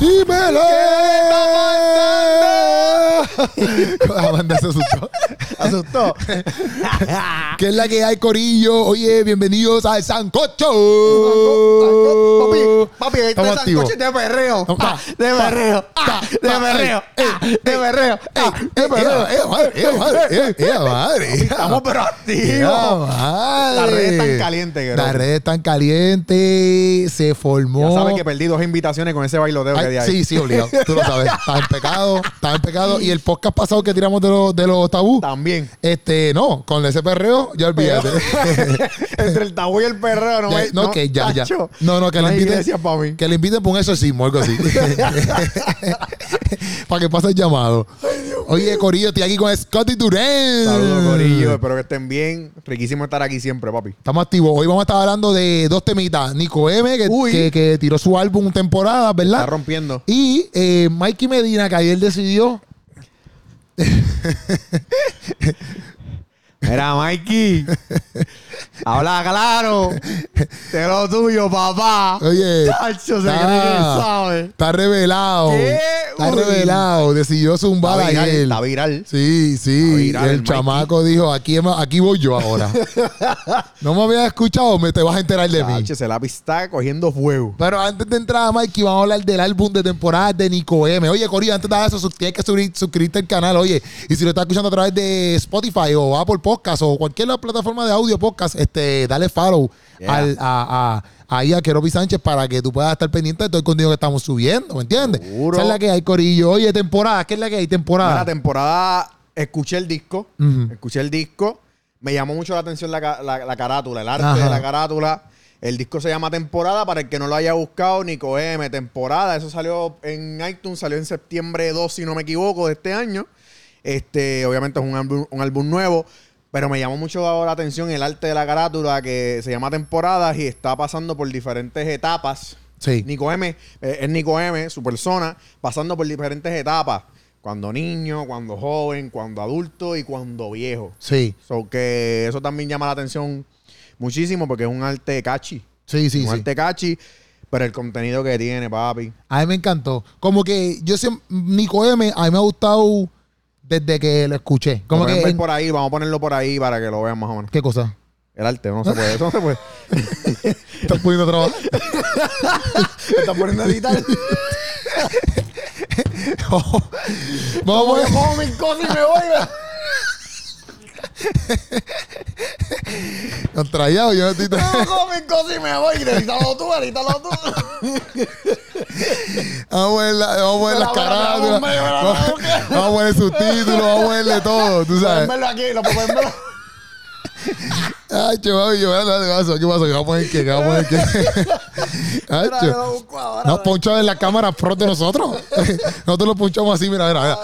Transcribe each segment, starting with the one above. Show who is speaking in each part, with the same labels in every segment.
Speaker 1: ¡Dímelo! La banda se asustó.
Speaker 2: Asustó. Ah.
Speaker 1: ¿Qué es la que hay, Corillo? Oye, bienvenidos al
Speaker 2: Papi,
Speaker 1: Sancocho.
Speaker 2: papi, este
Speaker 1: Estamos activos.
Speaker 2: sancocho es de perreo.
Speaker 1: Estamos-
Speaker 2: Ah,
Speaker 1: ta,
Speaker 2: De
Speaker 1: ta,
Speaker 2: perreo. ah, De
Speaker 1: ta,
Speaker 2: perreo.
Speaker 1: ey,
Speaker 2: ah, De perreo. ah, De
Speaker 1: ¡Eh,
Speaker 2: perreo.
Speaker 1: madre! ¡Eh, madre! ¡Eh, madre! ¡Eh, madre!
Speaker 2: Estamos pero
Speaker 1: ¡Ya,
Speaker 2: activos.
Speaker 1: madre!
Speaker 2: Las redes están calientes, bro.
Speaker 1: Las redes están calientes. Se formó.
Speaker 2: Ya sabes que perdí dos invitaciones con ese bailoteo que
Speaker 1: Ay,
Speaker 2: di ahí.
Speaker 1: sí, sí, obligado. Tú lo sabes. Está en pecado. Está en pecado. Y el podcast pasado que tiramos de los de los tabú.
Speaker 2: También.
Speaker 1: Este, no, con ese perreo, ya olvídate.
Speaker 2: Entre el tabú y el perreo, no
Speaker 1: Ya,
Speaker 2: hay-
Speaker 1: no, que ya, ya.
Speaker 2: tacho,
Speaker 1: No, no, que
Speaker 2: no
Speaker 1: le
Speaker 2: hay
Speaker 1: inviten.
Speaker 2: iglesia pa' mí.
Speaker 1: Que le inviten por un exorcismo, algo así. Para que pase el llamado. Oye, Corillo, estoy aquí con Scotty Durán.
Speaker 2: Saludos, Corillo. Espero que estén bien. Riquísimo estar aquí siempre, papi.
Speaker 1: Estamos activos. Hoy vamos a estar hablando de dos temitas. Nico M, que,
Speaker 2: Uy.
Speaker 1: que- que tiró su álbum temporada,
Speaker 2: Está
Speaker 1: ¿verdad?
Speaker 2: rompiendo.
Speaker 1: Y eh, Mikey Medina, que ayer decidió.
Speaker 2: Mira, Mikey. Habla claro. De lo tuyo, papá.
Speaker 1: Oye.
Speaker 2: Tacho, se
Speaker 1: está-
Speaker 2: cree que sabe.
Speaker 1: Está revelado.
Speaker 2: ¿Qué?
Speaker 1: Está
Speaker 2: Uy.
Speaker 1: revelado. Decidió zumbar
Speaker 2: Está viral,
Speaker 1: ayer.
Speaker 2: está viral.
Speaker 1: Sí, sí.
Speaker 2: A virar el
Speaker 1: el
Speaker 2: Mikey.
Speaker 1: chamaco dijo, aquí, em- aquí voy yo ahora. no me habías escuchado, me te vas a enterar de mí.
Speaker 2: Tacho, ese lápiz está cogiendo fuego.
Speaker 1: Pero antes de entrar a Mikey, vamos a hablar del álbum de temporada de Nico M. Oye, Corillo, antes de eso, su- tienes que subir- suscribirte al canal, oye. Y si lo estás escuchando a través de Spotify o Apple Podcast o cualquier la plataforma de audio podcast, este, dale follow
Speaker 2: Yeah.
Speaker 1: al, a, a, ahí a Keropi Sánchez para que tú puedas estar pendiente de todo el contenido que estamos subiendo, ¿me entiendes?
Speaker 2: Seguro.
Speaker 1: Esa es la que hay, Corillo. Oye, temporada, ¿qué es la que hay? Temporada.
Speaker 2: La temporada, escuché el disco.
Speaker 1: Ujú.
Speaker 2: Escuché el disco. Me llamó mucho la atención la, ca- la- la carátula, el arte
Speaker 1: Ajá.
Speaker 2: de la carátula. El disco se llama Temporada, para el que no lo haya buscado, Nico M, Temporada. Eso salió en iTunes, salió en septiembre 2, si no me equivoco, de este año. Este, obviamente es un álbum, un álbum nuevo, pero me llamó mucho la atención el arte de la carátula que se llama Temporada y está pasando por diferentes etapas.
Speaker 1: Sí.
Speaker 2: Nico M, eh, es Nico M, su persona, pasando por diferentes etapas. Cuando niño, cuando joven, cuando adulto y cuando viejo.
Speaker 1: Sí,
Speaker 2: So que eso también llama la atención muchísimo porque es un arte cachi.
Speaker 1: sí, sí.
Speaker 2: un
Speaker 1: sí.
Speaker 2: arte cachi, pero el contenido que tiene, papi.
Speaker 1: A mí me encantó. Como que yo siempre, Nico M, a mí me ha gustado desde que lo escuché. Como
Speaker 2: Lo pueden
Speaker 1: que,
Speaker 2: ver
Speaker 1: en-
Speaker 2: por ahí, vamos a ponerlo por ahí para que lo vean más o menos.
Speaker 1: ¿Qué cosa?
Speaker 2: El arte, no se puede, eso no se puede.
Speaker 1: Estás pudiendo trabajar.
Speaker 2: Te estás poniendo a editar.
Speaker 1: Vamos a
Speaker 2: Como
Speaker 1: poner-
Speaker 2: que pongo mil cosas y me voy. ¿verdad?
Speaker 1: Nos traía, yo no estoy tra-
Speaker 2: Yo Como mil cosas y me voy. Edítalo tú, edítalo tú.
Speaker 1: Vamos a poner la- vamos a poner las
Speaker 2: Pero, pero,
Speaker 1: carátulas.
Speaker 2: hombre, pero,
Speaker 1: Vamos vamos a poner subtítulos, vamos a ponerle todo, tú
Speaker 2: Pueden
Speaker 1: sabes.
Speaker 2: verlo aquí, lo pueden ver.
Speaker 1: Ay, chaval, yo, ¿qué pasó? ¿Qué pasó? ¿Qué vamos a poner qué? ¿Qué vamos a poner qué? Ay,
Speaker 2: Espera, yo
Speaker 1: chaval.
Speaker 2: lo busco ahora.
Speaker 1: Nos ponchamos en la cámara pro de nosotros. nosotros lo ponchamos así, mira, mira,
Speaker 2: Ah,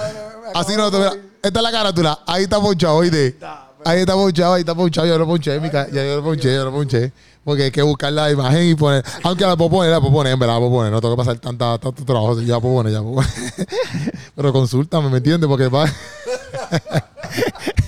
Speaker 1: mira. Así nosotros, mira. Esta es la carátula. Ahí está ponchado, oíste. Ahí está ponchado, ahí está ponchado. Yo lo ponché, mi ca- ya yo lo ponché, yo lo ponché. Porque hay que buscar la imagen y poner. Aunque la puedo poner, la puedo poner, en verdad, la puedo poner. No tengo que pasar tanta, tanto trabajo. así, Ya la puedo poner, ya la puedo poner. Pero consúltame, ¿me entiendes? Porque va.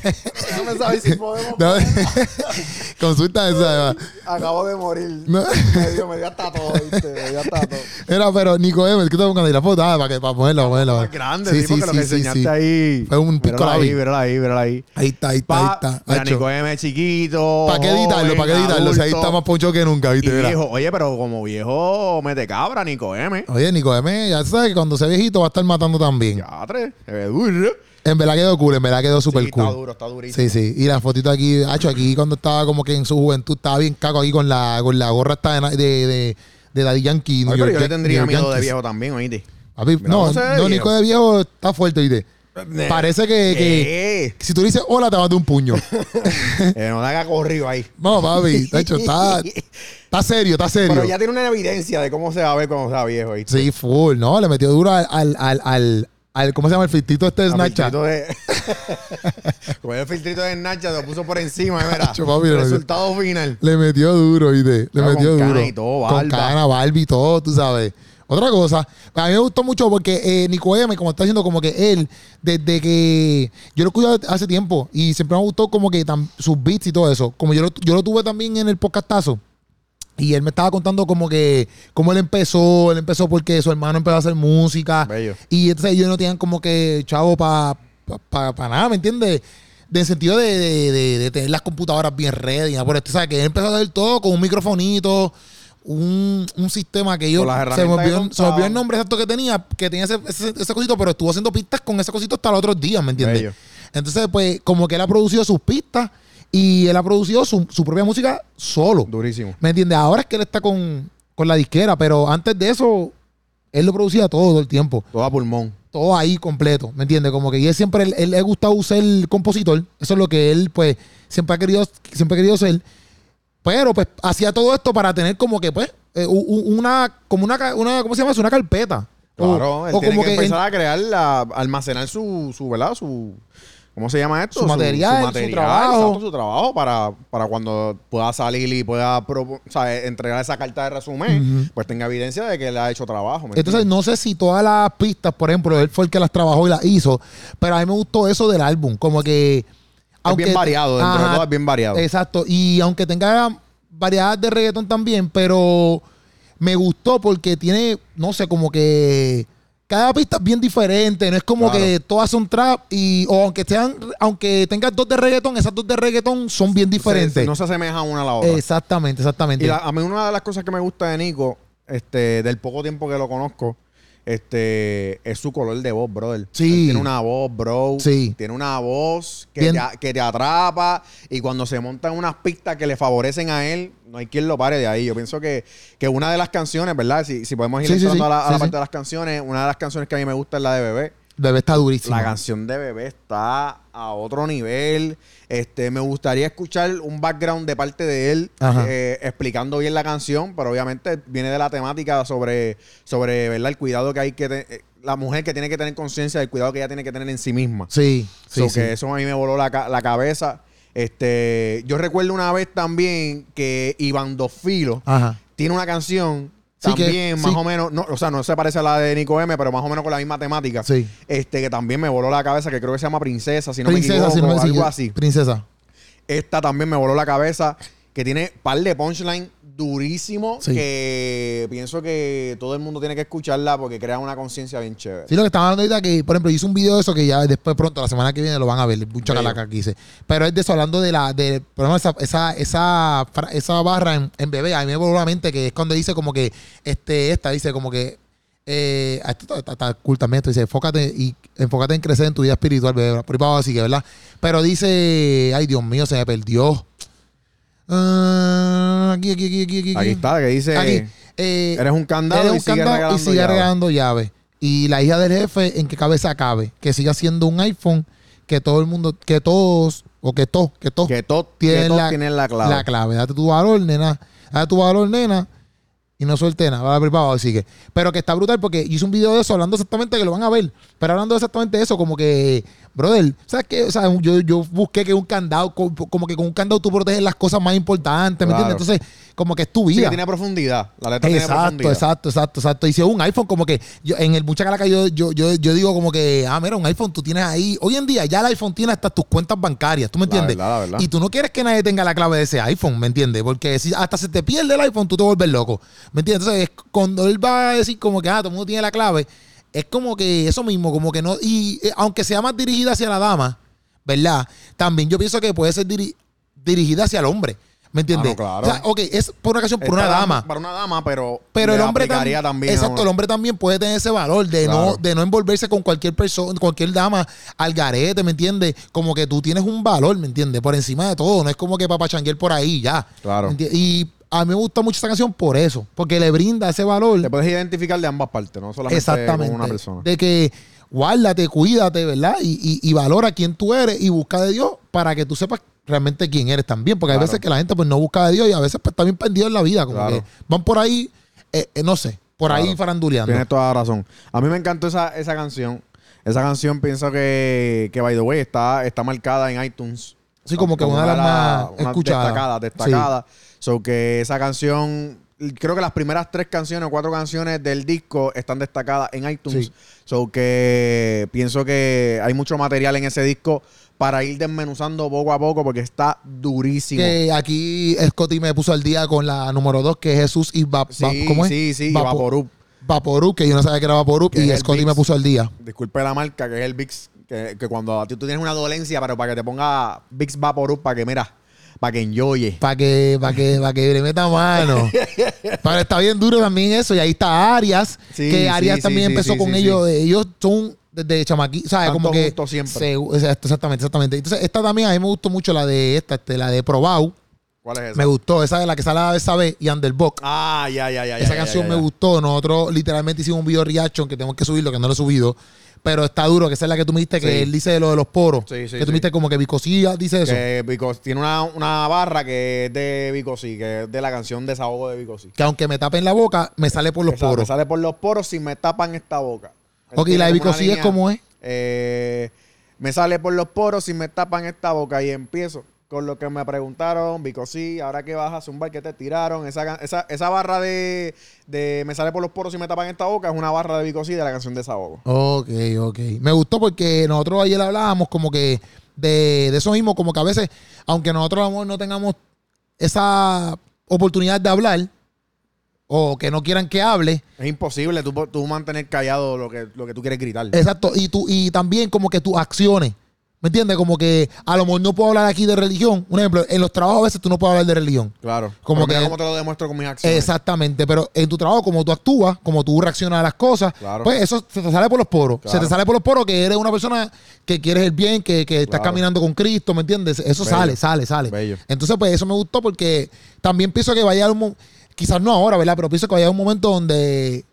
Speaker 2: Déjame saber si podemos.
Speaker 1: Consulta esa.
Speaker 2: Acabo de morir.
Speaker 1: No.
Speaker 2: Me dio, me dio hasta todo, ¿viste? Me dio hasta todo.
Speaker 1: Era, pero Nico, ¿eh? ¿qué te pongo ahí la foto? Ah, para, que, para ponerla, para ponerla.
Speaker 2: Más grande, sí, porque lo que enseñaste ahí.
Speaker 1: Fue un pico
Speaker 2: Mírala
Speaker 1: la
Speaker 2: ahí,
Speaker 1: vi.
Speaker 2: mírala ahí, mírala ahí.
Speaker 1: Ahí está, ahí está,
Speaker 2: Pa,
Speaker 1: ahí está.
Speaker 2: mira,
Speaker 1: Hacho.
Speaker 2: Nico M chiquito.
Speaker 1: ¿Para qué editarlo?
Speaker 2: joven,
Speaker 1: ¿Para qué editarlo? O sea, ahí
Speaker 2: adulto
Speaker 1: está más poncho que nunca,
Speaker 2: Y
Speaker 1: ¿viste? Mira.
Speaker 2: viejo, oye, pero como viejo, me te cabra, Nico M.
Speaker 1: Oye, Nico, M, ya sabes que cuando sea viejito va a estar matando también.
Speaker 2: Ya, tres. Se ve duro.
Speaker 1: En verdad quedó cool, en verdad quedó súper
Speaker 2: Sí,
Speaker 1: cool.
Speaker 2: Está duro, está durísimo.
Speaker 1: Sí, sí. Y la fotito aquí, hacho, aquí cuando estaba como que en su juventud estaba bien caco aquí con la, con la gorra esta de, de, de, de Daddy Yankee. New
Speaker 2: Oye,
Speaker 1: York
Speaker 2: pero yo le
Speaker 1: Yan-
Speaker 2: tendría
Speaker 1: New York
Speaker 2: miedo de
Speaker 1: Yankees.
Speaker 2: viejo también, oíste.
Speaker 1: Papi,
Speaker 2: Mira
Speaker 1: no,
Speaker 2: cómo se ve de
Speaker 1: no,
Speaker 2: viejo.
Speaker 1: Nico de viejo está fuerte, oíste. Parece que, que
Speaker 2: ¿Qué?
Speaker 1: si tú le dices hola, te vas de un puño.
Speaker 2: Eh, no le haga corrido ahí.
Speaker 1: No, papi, de hecho, está, está serio, está serio.
Speaker 2: Pero ya tiene una evidencia de cómo se va a ver cuando sea viejo. ¿viste?
Speaker 1: Sí, full, ¿no? Le metió duro al, al, al, al, al- ¿cómo se llama? El filtrito este de
Speaker 2: Con el
Speaker 1: Snapchat.
Speaker 2: filtrito de... Con el filtrito de Snapchat lo puso por encima, mira.
Speaker 1: Chacho, papi, lo-
Speaker 2: Resultado final.
Speaker 1: Le metió duro, ¿viste? Le
Speaker 2: Pero con
Speaker 1: metió
Speaker 2: cana
Speaker 1: duro.
Speaker 2: y todo,
Speaker 1: Con
Speaker 2: barba.
Speaker 1: cana, barba y todo, tú sabes. Otra cosa, a mí me gustó mucho porque eh, Nico M, como está diciendo, como que él, desde que yo lo escuchaba hace tiempo y siempre me gustó como que tam- sus beats y todo eso. Como yo lo, yo lo tuve también en el podcastazo, Y él me estaba contando como que, cómo él empezó, él empezó porque su hermano empezó a hacer música.
Speaker 2: Bello.
Speaker 1: Y entonces ellos no tenían como que chavo para pa, pa- pa nada, ¿me entiendes? De en sentido de, de- de- de tener las computadoras bien ready. ¿no? Por esto, ¿sabes? Que él empezó a hacer todo con un microfonito, un, un sistema que yo
Speaker 2: Con las
Speaker 1: se me,
Speaker 2: herramientas
Speaker 1: olvidó,
Speaker 2: que
Speaker 1: se me olvidó
Speaker 2: contaban.
Speaker 1: el nombre exacto que tenía, que tenía ese, ese, ese cosito, pero estuvo haciendo pistas con ese cosito hasta los otros días, ¿me entiendes?
Speaker 2: Bello.
Speaker 1: Entonces, pues, como que él ha producido sus pistas y él ha producido su, su propia música solo.
Speaker 2: Durísimo.
Speaker 1: ¿Me entiendes? Ahora es que él está con, con la disquera, pero antes de eso, él lo producía todo, todo el tiempo.
Speaker 2: Todo a pulmón.
Speaker 1: Todo ahí completo, ¿me entiendes? Como que y él siempre, él, él le ha gustado ser el compositor. Eso es lo que él, pues, siempre ha querido, siempre ha querido ser. Pero, pues, hacía todo esto para tener como que, pues, eh, u- u- una, como una, ca- una, ¿cómo se llama eso? Una carpeta. O-
Speaker 2: Claro, él
Speaker 1: o
Speaker 2: tiene
Speaker 1: como
Speaker 2: que,
Speaker 1: que en-
Speaker 2: empezar a crear, la- almacenar su, su, ¿verdad? Su, ¿cómo se llama esto?
Speaker 1: Su material, su trabajo.
Speaker 2: exacto, su trabajo para, para cuando pueda salir y pueda pro- o sea, entregar esa carta de resumen, pues tenga evidencia de que él ha hecho trabajo. ¿me
Speaker 1: Entonces,
Speaker 2: entiendes?
Speaker 1: no sé si todas las pistas, por ejemplo, él fue el que las trabajó y las hizo, pero a mí me gustó eso del álbum, como que...
Speaker 2: bien variado, dentro de todo es bien variado.
Speaker 1: Exacto, y aunque tenga variedad de reggaetón también, pero me gustó porque tiene, no sé, como que... Cada pista es bien diferente, no es como
Speaker 2: Claro.
Speaker 1: que todas son trap y o aunque sean aunque tengas dos de reggaetón, esas dos de reggaetón son bien diferentes.
Speaker 2: Se- se- no se asemeja una a la otra.
Speaker 1: exactamente, exactamente.
Speaker 2: Y la- a mí una de las cosas que me gusta de Nico, este, del poco tiempo que lo conozco, este, es su color de voz, brother.
Speaker 1: Sí.
Speaker 2: Él tiene una voz, bro.
Speaker 1: Sí.
Speaker 2: Tiene una voz que,
Speaker 1: Bien.
Speaker 2: te, a- que te atrapa y cuando se montan unas pistas que le favorecen a él, no hay quien lo pare de ahí. Yo pienso que, que una de las canciones, ¿verdad? Si, si podemos ir
Speaker 1: Sí, sí,
Speaker 2: entrando
Speaker 1: sí.
Speaker 2: a la, a la
Speaker 1: Sí,
Speaker 2: parte
Speaker 1: sí.
Speaker 2: de las canciones, una de las canciones que a mí me gusta es la de Bebé.
Speaker 1: Bebé está durísimo.
Speaker 2: La canción de Bebé está a otro nivel. Este, me gustaría escuchar un background de parte de él
Speaker 1: Ajá.
Speaker 2: eh, explicando bien la canción, pero obviamente viene de la temática sobre, sobre ¿verdad? el cuidado que hay que tener, la mujer que tiene que tener conciencia del cuidado que ella tiene que tener en sí misma.
Speaker 1: Sí, sí,
Speaker 2: So
Speaker 1: sí.
Speaker 2: que eso a mí me voló la, ca- la cabeza. Este, yo recuerdo una vez también que Iván Dofilo
Speaker 1: Ajá.
Speaker 2: tiene una canción
Speaker 1: Sí, que-
Speaker 2: también más
Speaker 1: sí.
Speaker 2: o menos, no, o sea, no se parece a la de Nico M, pero más o menos con la misma temática.
Speaker 1: Sí.
Speaker 2: Este que también me voló la cabeza, que creo que se llama Princesa, si no
Speaker 1: princesa,
Speaker 2: me
Speaker 1: si no
Speaker 2: equivoco,
Speaker 1: me
Speaker 2: algo
Speaker 1: equivoco.
Speaker 2: así.
Speaker 1: Princesa.
Speaker 2: Esta también me voló la cabeza, que tiene par de punchline durísimo
Speaker 1: Sí.
Speaker 2: que pienso que todo el mundo tiene que escucharla porque crea una conciencia bien chévere.
Speaker 1: Sí, lo que estaba hablando ahorita, que por ejemplo, hice un video de eso que ya después pronto, la semana que viene lo van a ver, un chacalaca que hice. Pero es de eso, hablando de la, de, por ejemplo, esa, esa, esa, fra- esa barra en, en bebé, a mí me voló la mente que es cuando dice como que, este, esta, dice como que, eh, ah, esto está, está cool también, esto dice, enfócate y enfócate en crecer en tu vida espiritual, bebé, por ahí para abajo, así que, ¿verdad? Pero dice, ay Dios mío, se me perdió. Ah, aquí, aquí, aquí, aquí, aquí.
Speaker 2: Aquí está, que dice
Speaker 1: Aquí. Eh,
Speaker 2: Eres un candado
Speaker 1: eres
Speaker 2: y
Speaker 1: un
Speaker 2: sigue
Speaker 1: candado
Speaker 2: regalando
Speaker 1: y sigue
Speaker 2: llaves.
Speaker 1: regalando llaves. Y la hija del jefe, ¿en qué cabeza cabe? Que siga siendo un iPhone que todo el mundo, que todos, o que todos, que todos
Speaker 2: que todos
Speaker 1: tienen
Speaker 2: tienen,
Speaker 1: la-
Speaker 2: la clave.
Speaker 1: la clave. Date tu valor, nena. Date tu valor, nena. Y no suelte nada. Va a preparado, sigue. Pero que está brutal porque hice un video de eso hablando exactamente que lo van a ver. Pero hablando exactamente de eso, como que, brother, ¿sabes qué? O sea, yo, yo busqué que un candado, co- como que con un candado tú proteges las cosas más importantes, ¿me
Speaker 2: Claro.
Speaker 1: entiendes? Entonces, como que es tu
Speaker 2: Sí,
Speaker 1: vida.
Speaker 2: que tiene profundidad. La letra tiene
Speaker 1: Exacto,
Speaker 2: profundidad.
Speaker 1: exacto, exacto, exacto. Y si es un iPhone, como que yo, en el mucha calaca yo, yo, yo, yo digo como que, ah, mira, un iPhone tú tienes ahí. Hoy en día ya el iPhone tiene hasta tus cuentas bancarias, ¿tú me
Speaker 2: La
Speaker 1: entiendes?
Speaker 2: verdad, la verdad.
Speaker 1: Y tú no quieres que nadie tenga la clave de ese iPhone, ¿me entiendes? Porque si hasta se te pierde el iPhone, tú te vuelves loco, ¿me entiendes? Entonces, es- cuando él va a decir como que, ah, todo el mundo tiene la clave, es como que eso mismo, como que no, y eh, aunque sea más dirigida hacia la dama, ¿verdad? También yo pienso que puede ser diri- dirigida hacia el hombre, ¿me entiendes?
Speaker 2: Ah, no, claro.
Speaker 1: O sea, ok, es por una canción, por una
Speaker 2: Esta
Speaker 1: dama.
Speaker 2: Para una dama, pero.
Speaker 1: Pero
Speaker 2: le
Speaker 1: el hombre tam-
Speaker 2: aplicaría también. a
Speaker 1: exacto,
Speaker 2: una-
Speaker 1: el hombre también puede tener ese valor de
Speaker 2: Claro.
Speaker 1: no de no envolverse con cualquier persona, cualquier dama al garete, ¿me entiendes? Como que tú tienes un valor, ¿me entiendes? Por encima de todo, no es como que papachanguer por ahí ya.
Speaker 2: Claro.
Speaker 1: ¿me entiendes? Y a mí me gusta mucho esta canción por eso, porque le brinda ese valor
Speaker 2: Te puedes identificar de ambas partes, no solamente
Speaker 1: exactamente
Speaker 2: con una persona.
Speaker 1: de que guárdate, cuídate, ¿verdad? Y, y- y valora quién tú eres y busca de Dios para que tú sepas realmente quién eres también, porque
Speaker 2: Claro.
Speaker 1: hay veces que la gente pues no busca de Dios y a veces pues, está bien perdido en la vida, como
Speaker 2: Claro.
Speaker 1: que van por ahí, eh, eh, no sé, por ahí
Speaker 2: Claro.
Speaker 1: faranduleando.
Speaker 2: Tienes toda la razón. A mí me encantó esa, esa canción. Esa canción pienso que, que by the way, está, está marcada en iTunes.
Speaker 1: Sí, como que una de las más
Speaker 2: una
Speaker 1: escuchadas.
Speaker 2: Destacada, destacada. So que esa canción, creo que las primeras tres canciones o cuatro canciones del disco están destacadas en iTunes.
Speaker 1: Sí.
Speaker 2: So que pienso que hay mucho material en ese disco para ir desmenuzando poco a poco porque está durísimo.
Speaker 1: Que aquí Scotty me puso al día con la número 2, que es Jesús y Va-
Speaker 2: Sí,
Speaker 1: Va- ¿cómo es?
Speaker 2: sí, sí, y
Speaker 1: Vapo-
Speaker 2: Vaporub.
Speaker 1: Vaporub, que yo no sabía que era Vaporub,
Speaker 2: Que
Speaker 1: y
Speaker 2: es el
Speaker 1: Scotty
Speaker 2: Vicks.
Speaker 1: me puso al día.
Speaker 2: Disculpe la marca, que es el Vicks, que, que cuando a ti tú tienes una dolencia, pero para que te ponga Vicks Vaporub, para que, mira, para que enjoye.
Speaker 1: Para que, para que, para que le meta mano. Pero está bien duro también eso. Y ahí está Arias,
Speaker 2: Sí,
Speaker 1: que Arias
Speaker 2: sí,
Speaker 1: también
Speaker 2: sí,
Speaker 1: empezó
Speaker 2: sí,
Speaker 1: con
Speaker 2: sí,
Speaker 1: ellos. Ellos son desde chamaquí, ¿sabes?
Speaker 2: Tanto
Speaker 1: Como que.
Speaker 2: juntos siempre.
Speaker 1: se- exacto, exactamente, exactamente. Entonces, esta también a mí me gustó mucho la de esta, este, la de Probau.
Speaker 2: ¿Cuál es
Speaker 1: Me
Speaker 2: esa?
Speaker 1: gustó. Esa de la que sale a sabe y Underbox.
Speaker 2: Ah, ya, ya, ya.
Speaker 1: Esa canción me gustó. Nosotros literalmente hicimos un video reaction que tenemos que subirlo, que no lo he subido. Pero está duro, que esa es la que tú me diste, que
Speaker 2: Sí.
Speaker 1: él dice de lo de los poros.
Speaker 2: Sí, sí,
Speaker 1: que tú
Speaker 2: sí.
Speaker 1: me diste como que Vicosía dice eso.
Speaker 2: Que Vico- tiene una, una barra que es de Vicosí, que es de la canción Desahogo de Vicosí.
Speaker 1: Que aunque me tapen la boca, me sale por los
Speaker 2: Esa, me
Speaker 1: poros.
Speaker 2: sale por los poros si me tapan esta boca. Él
Speaker 1: Ok, ¿y la
Speaker 2: tiene
Speaker 1: de
Speaker 2: como una
Speaker 1: Vicosí es
Speaker 2: línea,
Speaker 1: cómo es?
Speaker 2: eh, me sale por los poros si me tapan esta boca y empiezo con lo que me preguntaron, Vicosí, ahora que vas a zumbar, que te tiraron. Esa, can- esa, esa barra de, de me sale por los poros si me tapan esta boca es una barra de Vicosí de la canción Desahogo.
Speaker 1: Ok, ok. Me gustó porque nosotros ayer hablábamos como que de, de eso mismo, como que a veces, aunque nosotros a lo mejor no tengamos esa oportunidad de hablar, o que no quieran que hable,
Speaker 2: Es imposible tú, tú mantener callado lo que, lo que tú quieres gritar.
Speaker 1: exacto, y, tú, y también como que tus acciones, ¿me entiendes? Como que a lo mejor no puedo hablar aquí de religión, un ejemplo, en los trabajos a veces tú no puedes hablar de religión.
Speaker 2: Claro.
Speaker 1: Como
Speaker 2: Pero mira
Speaker 1: que-
Speaker 2: cómo te lo demuestro con mis acciones.
Speaker 1: Exactamente, pero en tu trabajo, como tú actúas, como tú reaccionas a las cosas,
Speaker 2: Claro.
Speaker 1: pues eso se te sale por los poros.
Speaker 2: Claro.
Speaker 1: Se te sale por los poros que eres una persona que quieres el bien, que, que estás
Speaker 2: Claro.
Speaker 1: caminando con Cristo, ¿me entiendes? Eso
Speaker 2: Bello.
Speaker 1: sale, sale, sale.
Speaker 2: Bello.
Speaker 1: Entonces, pues eso me gustó porque también pienso que vaya a un mo- quizás no ahora, ¿verdad? Pero pienso que vaya a un momento donde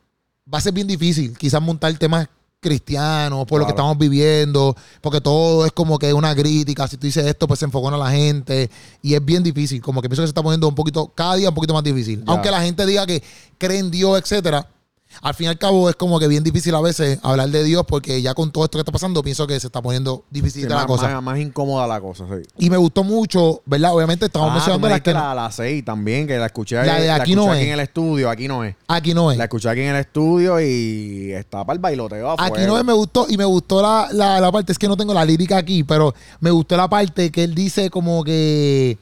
Speaker 1: va a ser bien difícil quizás montar temas cristianos por lo que
Speaker 2: Claro.
Speaker 1: estamos viviendo, porque todo es como que una crítica, si tú dices esto, pues se enfocó a la gente y es bien difícil, como que pienso que se está poniendo un poquito, cada día un poquito más difícil.
Speaker 2: Ya.
Speaker 1: Aunque la gente diga que cree en Dios, etcétera, al fin y al cabo es como que bien difícil a veces hablar de Dios porque ya con todo esto que está pasando pienso que se está poniendo difícil
Speaker 2: Sí,
Speaker 1: la
Speaker 2: más,
Speaker 1: cosa.
Speaker 2: más- más incómoda la cosa, sí.
Speaker 1: Y me gustó mucho, ¿verdad? Obviamente estamos
Speaker 2: ah, tú
Speaker 1: mencionando
Speaker 2: me
Speaker 1: las
Speaker 2: dijiste
Speaker 1: que
Speaker 2: la, la 6 también, que la escuché,
Speaker 1: La de aquí
Speaker 2: escuché
Speaker 1: no
Speaker 2: aquí
Speaker 1: es.
Speaker 2: en el estudio, aquí no es.
Speaker 1: no- aquí no es.
Speaker 2: La escuché aquí en el estudio y está para el bailoteo afuera.
Speaker 1: Aquí no es, me gustó, y me gustó la, la, la parte, es que no tengo la lírica aquí, pero me gustó la parte que él dice como que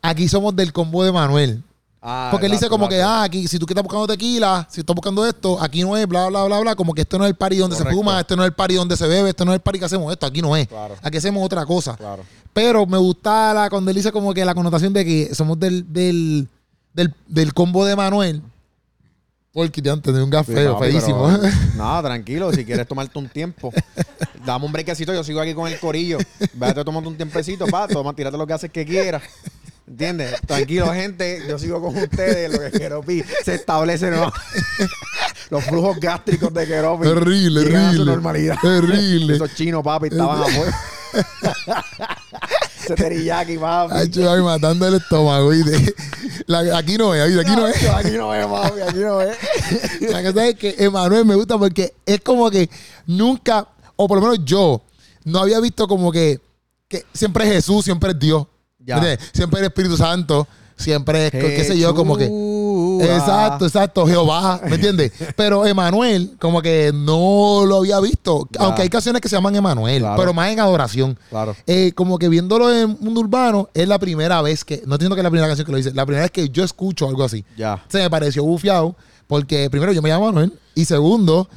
Speaker 1: aquí somos del combo de Manuel.
Speaker 2: Ah,
Speaker 1: Porque él dice
Speaker 2: exacto,
Speaker 1: como que,
Speaker 2: exacto.
Speaker 1: ah, aquí, si tú que estás buscando tequila, si estás buscando esto, aquí no es, bla, bla, bla, bla, como que esto no es el party donde se
Speaker 2: Correcto.
Speaker 1: fuma, este no es el party donde se bebe, este no es el party que hacemos esto, aquí no es.
Speaker 2: Claro.
Speaker 1: Aquí hacemos otra cosa.
Speaker 2: Claro.
Speaker 1: Pero me gusta la, cuando él dice como que la connotación de que somos del, del, del, del combo de Manuel. Porque ya antes de un gas
Speaker 2: Sí,
Speaker 1: feo,
Speaker 2: papi,
Speaker 1: feísimo.
Speaker 2: pero- Nada, tranquilo, si quieres tomarte un tiempo. Dame un brequecito, yo sigo aquí con el corillo. Vete tomando un tiempecito, pa, toma, tírate lo que haces que quieras. ¿Entiendes? Tranquilo, gente, yo sigo con ustedes, lo que Keropi se establece nueva- los flujos gástricos de Keropi.
Speaker 1: Terrible,
Speaker 2: llegan Pues, a su
Speaker 1: horrible.
Speaker 2: normalidad.
Speaker 1: Terrible.
Speaker 2: Esos chinos, papi, estaban afuera. Ese teriyaki, papi.
Speaker 1: Ay, yo ahí matando el estómago, ¿viste? La- aquí no es, ¿viste? aquí no es.
Speaker 2: Ah, Yo, Aquí no es, papi, aquí no es.
Speaker 1: La cosa es que Emanuel me gusta porque es como que nunca, o por lo menos yo, no había visto como que, que siempre es Jesús, siempre es Dios.
Speaker 2: Ya.
Speaker 1: ¿entiendes? Siempre es Espíritu Santo, siempre es, qué sé yo, como que...
Speaker 2: Jesús,
Speaker 1: Exacto, exacto, Jehová, ¿me entiendes? Pero Emanuel, como que no lo había visto,
Speaker 2: Ya.
Speaker 1: aunque hay canciones que se llaman Emanuel,
Speaker 2: Claro.
Speaker 1: pero más en adoración.
Speaker 2: Claro.
Speaker 1: Eh, como que viéndolo en mundo urbano, es la primera vez que, no entiendo que es la primera canción que lo dice, la primera vez que yo escucho algo así.
Speaker 2: Ya.
Speaker 1: Se me pareció bufiado, porque primero yo me llamo Manuel, y segundo,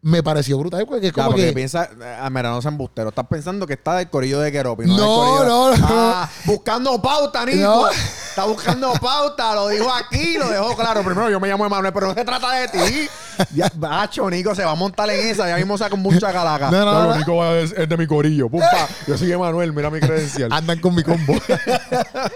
Speaker 1: me pareció brutal, porque es
Speaker 2: Ya,
Speaker 1: como
Speaker 2: porque
Speaker 1: que.
Speaker 2: piensa, ah, mira, no sean busteros. Estás pensando que está del corillo de Keropi.
Speaker 1: No,
Speaker 2: No, del corillo-
Speaker 1: no, no.
Speaker 2: Ah, buscando pauta, Nico.
Speaker 1: No.
Speaker 2: Está buscando pauta. Lo dijo aquí, lo dejó claro. Primero, yo me llamo Emanuel, pero no se trata de ti. Ya, macho, Nico se va a montar en esa. Ya mismo saca mucha calaca.
Speaker 1: No, no, no.
Speaker 2: Nico va- es, es de mi corillo. Pum, pa. Yo soy Emanuel, mira mi credencial.
Speaker 1: Andan con mi combo.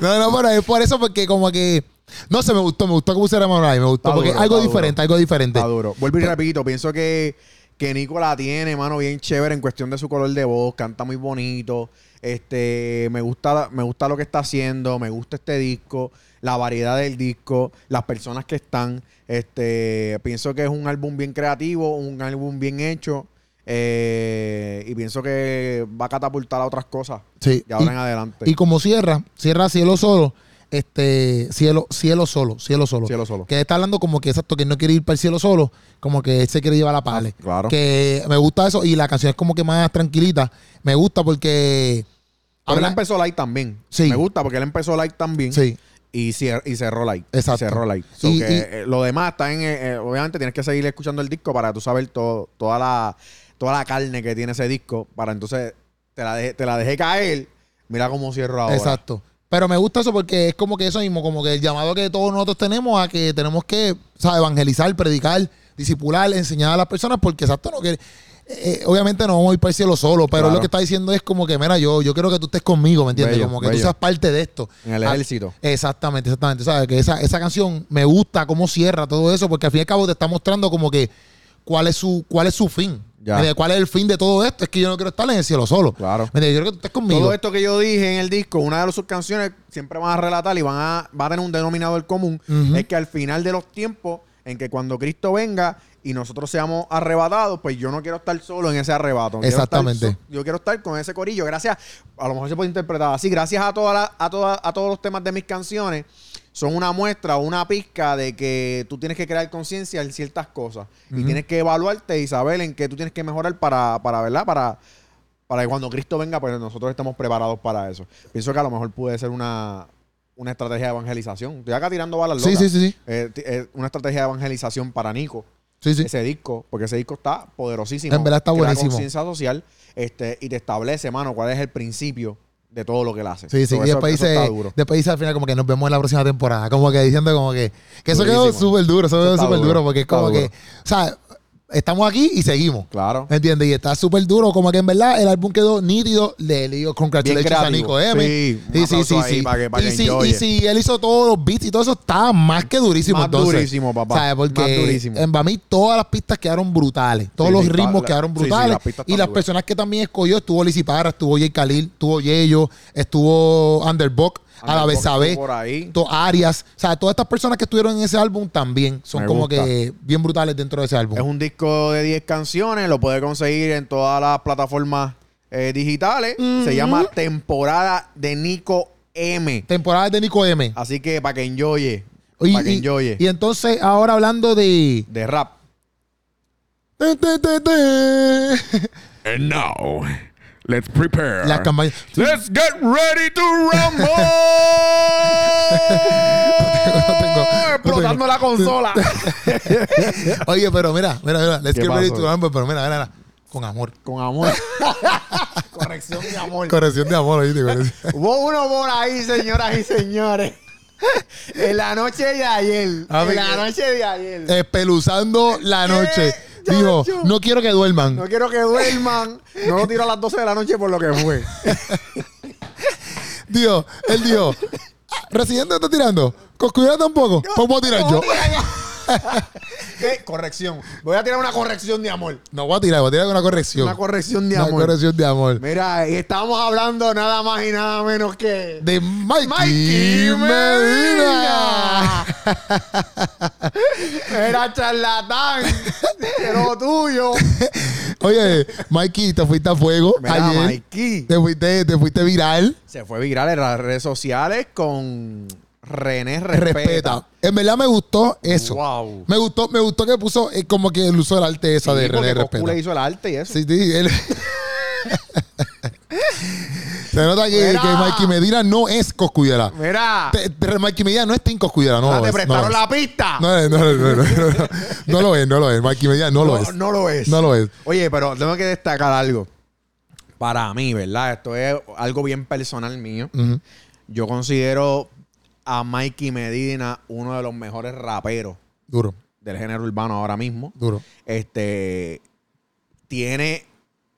Speaker 1: no, no, pero es por eso, porque como que. No sé, me gustó, me gustó que pusiera Manuel, me gustó,
Speaker 2: Está
Speaker 1: porque
Speaker 2: duro,
Speaker 1: algo
Speaker 2: está
Speaker 1: diferente,
Speaker 2: duro.
Speaker 1: algo diferente.
Speaker 2: Está duro. Vuelvo y repito, pienso que, que Nico la tiene, mano, bien chévere en cuestión de su color de voz, canta muy bonito. Este, me gusta, la- me gusta lo que está haciendo, me gusta este disco, la variedad del disco, las personas que están. Este, pienso que es un álbum bien creativo, un álbum bien hecho. eh, y pienso que va a catapultar a otras cosas
Speaker 1: Sí.
Speaker 2: de ahora
Speaker 1: Y-
Speaker 2: en adelante.
Speaker 1: Y como cierra, cierra cielo solo, este cielo, cielo solo, cielo solo.
Speaker 2: Cielo Solo.
Speaker 1: Que está hablando como que exacto, que no quiere ir para el cielo solo, como que él se quiere llevar la pale.
Speaker 2: Ah, claro.
Speaker 1: Que me gusta eso y la canción es como que más tranquilita. Me gusta porque
Speaker 2: Pero él
Speaker 1: habla-
Speaker 2: empezó light también.
Speaker 1: Sí.
Speaker 2: Me gusta porque él empezó light también.
Speaker 1: Sí.
Speaker 2: Y, cier- y cerró light.
Speaker 1: Exacto.
Speaker 2: Cerró light. So
Speaker 1: Y-
Speaker 2: que,
Speaker 1: y-
Speaker 2: eh, lo demás está en. eh, eh, obviamente tienes que seguir escuchando el disco para tú saber todo, toda, la, toda la carne que tiene ese disco. Para entonces te la dejé, te la dejé caer. Mira cómo cierro ahora.
Speaker 1: Exacto. Pero me gusta eso porque es como que eso mismo, como que el llamado que todos nosotros tenemos a que tenemos que o sea, evangelizar, predicar, discipular, enseñar a las personas, porque exacto no quiere. eh, eh, obviamente no vamos a ir para el cielo solo, pero
Speaker 2: Claro.
Speaker 1: lo que está diciendo es como que, mira, yo, yo quiero que tú estés conmigo, ¿me entiendes?
Speaker 2: Bello,
Speaker 1: como que tú
Speaker 2: bello.
Speaker 1: seas parte de esto.
Speaker 2: En el
Speaker 1: Ah,
Speaker 2: ejército.
Speaker 1: Exactamente, exactamente. ¿Sabes? Que esa, esa canción me gusta cómo cierra todo eso, porque al fin y al cabo te está mostrando como que cuál es su, cuál es su fin.
Speaker 2: Ya.
Speaker 1: Eh, ¿Cuál es el fin de todo esto? Es que yo no quiero estar en el cielo solo.
Speaker 2: Claro.
Speaker 1: ¿Me entiendes? Yo quiero que tú estés conmigo.
Speaker 2: Todo esto que yo dije en el disco, una de las- sus canciones siempre van a relatar y van a, va a tener un denominador común.
Speaker 1: Ujú.
Speaker 2: Es que al final de los tiempos, en que cuando Cristo venga y nosotros seamos arrebatados, pues yo no quiero estar solo en ese arrebato. Quiero estar
Speaker 1: Exactamente.
Speaker 2: so- yo quiero estar con ese corillo. Gracias, a lo mejor se puede interpretar así, gracias a, toda la- a, toda- a todos los temas de mis canciones. Son una muestra, una pizca de que tú tienes que crear conciencia en ciertas cosas. Y
Speaker 1: Ujú.
Speaker 2: tienes que evaluarte y saber en qué tú tienes que mejorar para, para ¿verdad? Para, para que cuando Cristo venga, pues nosotros estamos preparados para eso. Pienso que a lo mejor puede ser una, una estrategia de evangelización. Estoy acá tirando balas
Speaker 1: sí, sí,
Speaker 2: locas.
Speaker 1: sí, sí.
Speaker 2: Eh, ti- eh, una estrategia de evangelización para Nico.
Speaker 1: Sí, sí.
Speaker 2: Ese disco, porque ese disco está poderosísimo.
Speaker 1: En verdad está
Speaker 2: Crea
Speaker 1: buenísimo.
Speaker 2: conciencia social este, y te establece, mano, cuál es el principio de todo lo que él hace.
Speaker 1: Sí, sí,
Speaker 2: So,
Speaker 1: y
Speaker 2: eso-
Speaker 1: después
Speaker 2: eso
Speaker 1: dice,
Speaker 2: está duro.
Speaker 1: después dice al final como que nos vemos en la próxima temporada, como que diciendo como que, que eso quedó
Speaker 2: Durísimo.
Speaker 1: súper duro, eso
Speaker 2: Eso
Speaker 1: quedó
Speaker 2: está
Speaker 1: súper
Speaker 2: duro,
Speaker 1: duro, porque es
Speaker 2: está
Speaker 1: como que,
Speaker 2: duro.
Speaker 1: o sea, estamos aquí y seguimos,
Speaker 2: Claro.
Speaker 1: ¿entiendes? Y está súper duro, como que en verdad el álbum quedó nítido, le le digo congratulations
Speaker 2: Bien
Speaker 1: a
Speaker 2: creativo.
Speaker 1: Nico M.
Speaker 2: Sí, un aplauso ahí para que- para
Speaker 1: y,
Speaker 2: que
Speaker 1: si,
Speaker 2: enjoye.
Speaker 1: y si él hizo todos los beats y todo eso, está más que durísimo
Speaker 2: Más
Speaker 1: entonces.
Speaker 2: durísimo, papá.
Speaker 1: ¿Sabes? Porque
Speaker 2: Más durísimo.
Speaker 1: en para mí todas las pistas quedaron brutales, todos
Speaker 2: Sí,
Speaker 1: los
Speaker 2: sí, está-
Speaker 1: ritmos
Speaker 2: la-
Speaker 1: quedaron
Speaker 2: sí, sí, las
Speaker 1: brutales y
Speaker 2: pistas están
Speaker 1: las
Speaker 2: duras.
Speaker 1: personas que también escogió estuvo Lizzy Parra, estuvo Jay Khalil, estuvo Yeyo, estuvo Underbock, a la vez
Speaker 2: Estuvo Por ahí.
Speaker 1: To- Arias, o sea, todas estas personas que estuvieron en ese álbum también son
Speaker 2: Me
Speaker 1: como
Speaker 2: gusta.
Speaker 1: que bien brutales dentro de ese álbum.
Speaker 2: Es un disco de 10 canciones, lo puede conseguir en todas las plataformas eh, digitales. Se llama Temporada de Nico M.
Speaker 1: Temporada de Nico M.
Speaker 2: Así que para que enjoye,
Speaker 1: Y,
Speaker 2: para que
Speaker 1: y-
Speaker 2: enjoye,
Speaker 1: y entonces ahora hablando de
Speaker 2: de rap.
Speaker 1: te, te, te, te.
Speaker 3: And now, let's prepare.
Speaker 1: las campañas.
Speaker 3: Let's get ready to rumble.
Speaker 1: No tengo- no tengo-
Speaker 2: Explotando la consola.
Speaker 1: Oye, pero mira, mira, mira, let's
Speaker 2: ¿Qué
Speaker 1: get ready
Speaker 2: pasó?
Speaker 1: to rumble, pero mira, mira, mira, con amor.
Speaker 2: Con amor. Corrección de amor.
Speaker 1: Corrección de amor, oíste, corrección.
Speaker 2: Hubo uno por ahí, señoras y señores. en la noche de ayer.
Speaker 1: A ver,
Speaker 2: en la
Speaker 1: que-
Speaker 2: noche de ayer.
Speaker 1: Espeluzando la
Speaker 2: ¿Qué,
Speaker 1: noche.
Speaker 2: chacho?
Speaker 1: Dijo, no quiero que duerman.
Speaker 2: no quiero que duerman. No lo tiro a las 12 de la noche por lo que fue.
Speaker 1: Dijo, él dijo, "Ah, Residente está tirando. Pues Con cuidado tampoco. ¿Cómo tirar yo?
Speaker 2: ¿Qué? Corrección. Voy a tirar una corrección de amor.
Speaker 1: No voy a tirar, voy a tirar con una corrección.
Speaker 2: Una corrección de
Speaker 1: Una
Speaker 2: amor.
Speaker 1: corrección de amor.
Speaker 2: Mira, y estábamos hablando nada más y nada menos que.
Speaker 1: De Mikey,
Speaker 2: Mikey
Speaker 1: Medina.
Speaker 2: Medina. Era charlatán. Pero tuyo.
Speaker 1: Oye, Mikey, te fuiste a fuego
Speaker 2: Mira,
Speaker 1: ayer.
Speaker 2: Mikey.
Speaker 1: Te fuiste, te fuiste viral.
Speaker 2: Se fue viral en las redes sociales con René Respeta.
Speaker 1: Respeta. En verdad me gustó eso.
Speaker 2: Wow.
Speaker 1: Me gustó, me gustó que puso eh, como que el uso del arte esa de
Speaker 2: Sí, porque
Speaker 1: René
Speaker 2: Coscu
Speaker 1: Respeta.
Speaker 2: le hizo el arte y eso.
Speaker 1: Sí, sí, él- Se nota que,
Speaker 2: Mira.
Speaker 1: que Mikey Medina no es Coscuyela.
Speaker 2: Mira,
Speaker 1: Te- te- Mikey Medina no es Team Coscuyela, no.
Speaker 2: ah,
Speaker 1: lo
Speaker 2: te
Speaker 1: es,
Speaker 2: prestaron
Speaker 1: no
Speaker 2: la pista.
Speaker 1: lo es. No, no, no, no, no, no. No lo es, no lo es. Mikey Medina no, lo es.
Speaker 2: No lo es.
Speaker 1: No lo es.
Speaker 2: Oye, pero tengo que destacar algo. Para mí, ¿verdad? Esto es algo bien personal mío.
Speaker 1: Ujú.
Speaker 2: Yo considero a Mikey Medina uno de los mejores raperos
Speaker 1: Duro,
Speaker 2: del género urbano ahora mismo.
Speaker 1: duro.
Speaker 2: Este tiene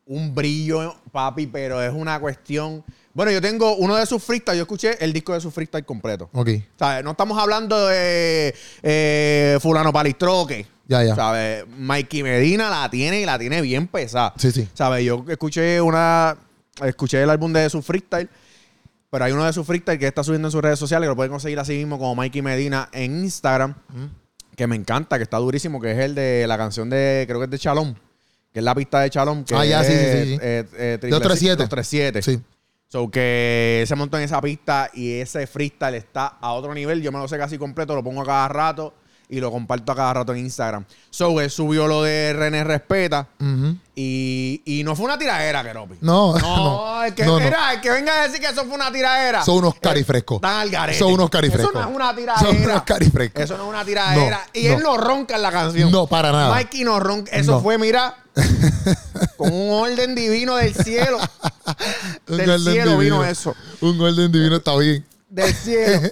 Speaker 2: un brillo, papi, pero es una cuestión. Bueno, yo tengo uno de sus freestyle. Yo escuché el disco de su freestyle completo.
Speaker 1: Ok,
Speaker 2: ¿Sabes? No estamos hablando de eh, Fulano Palistroque.
Speaker 1: ya, ya.
Speaker 2: ¿Sabes? Mikey Medina la tiene y la tiene bien pesada.
Speaker 1: Sí, sí.
Speaker 2: ¿Sabes? Yo escuché una. Escuché el álbum de su freestyle. Pero hay uno de su freestyle que está subiendo en sus redes sociales. Que lo pueden conseguir así mismo como Mikey Medina en Instagram. Que me encanta, que está durísimo. Que es el de la canción de. Creo que es de Chalón. Que es la pista de Chalón. Que
Speaker 1: Ah, ya,
Speaker 2: es,
Speaker 1: sí, sí, sí, sí.
Speaker 2: eh, eh,
Speaker 1: De los 37.
Speaker 2: 37.
Speaker 1: Sí.
Speaker 2: So que se montó en esa pista y ese freestyle está a otro nivel. Yo me lo sé casi completo, lo pongo a cada rato y lo comparto a cada rato en Instagram. So él subió lo de René Respeta y, y no fue una tiradera, Keropi.
Speaker 1: No,
Speaker 2: No, el que,
Speaker 1: no, no.
Speaker 2: mira, el que venga a decir que eso fue una tiradera.
Speaker 1: Son unos carifrescos.
Speaker 2: Están al garete.
Speaker 1: Son unos carifrescos.
Speaker 2: Eso no es una tiradera.
Speaker 1: Son unos carifrescos.
Speaker 2: Eso no es una tiradera.
Speaker 1: No,
Speaker 2: y él
Speaker 1: no.
Speaker 2: no ronca en la canción.
Speaker 1: No, para nada.
Speaker 2: Mikey no ronca. Eso
Speaker 1: No.
Speaker 2: fue, mira, con un orden divino del cielo.
Speaker 1: Un
Speaker 2: del
Speaker 1: golden
Speaker 2: cielo
Speaker 1: divino.
Speaker 2: vino eso.
Speaker 1: Un golden divino está bien.
Speaker 2: Del cielo.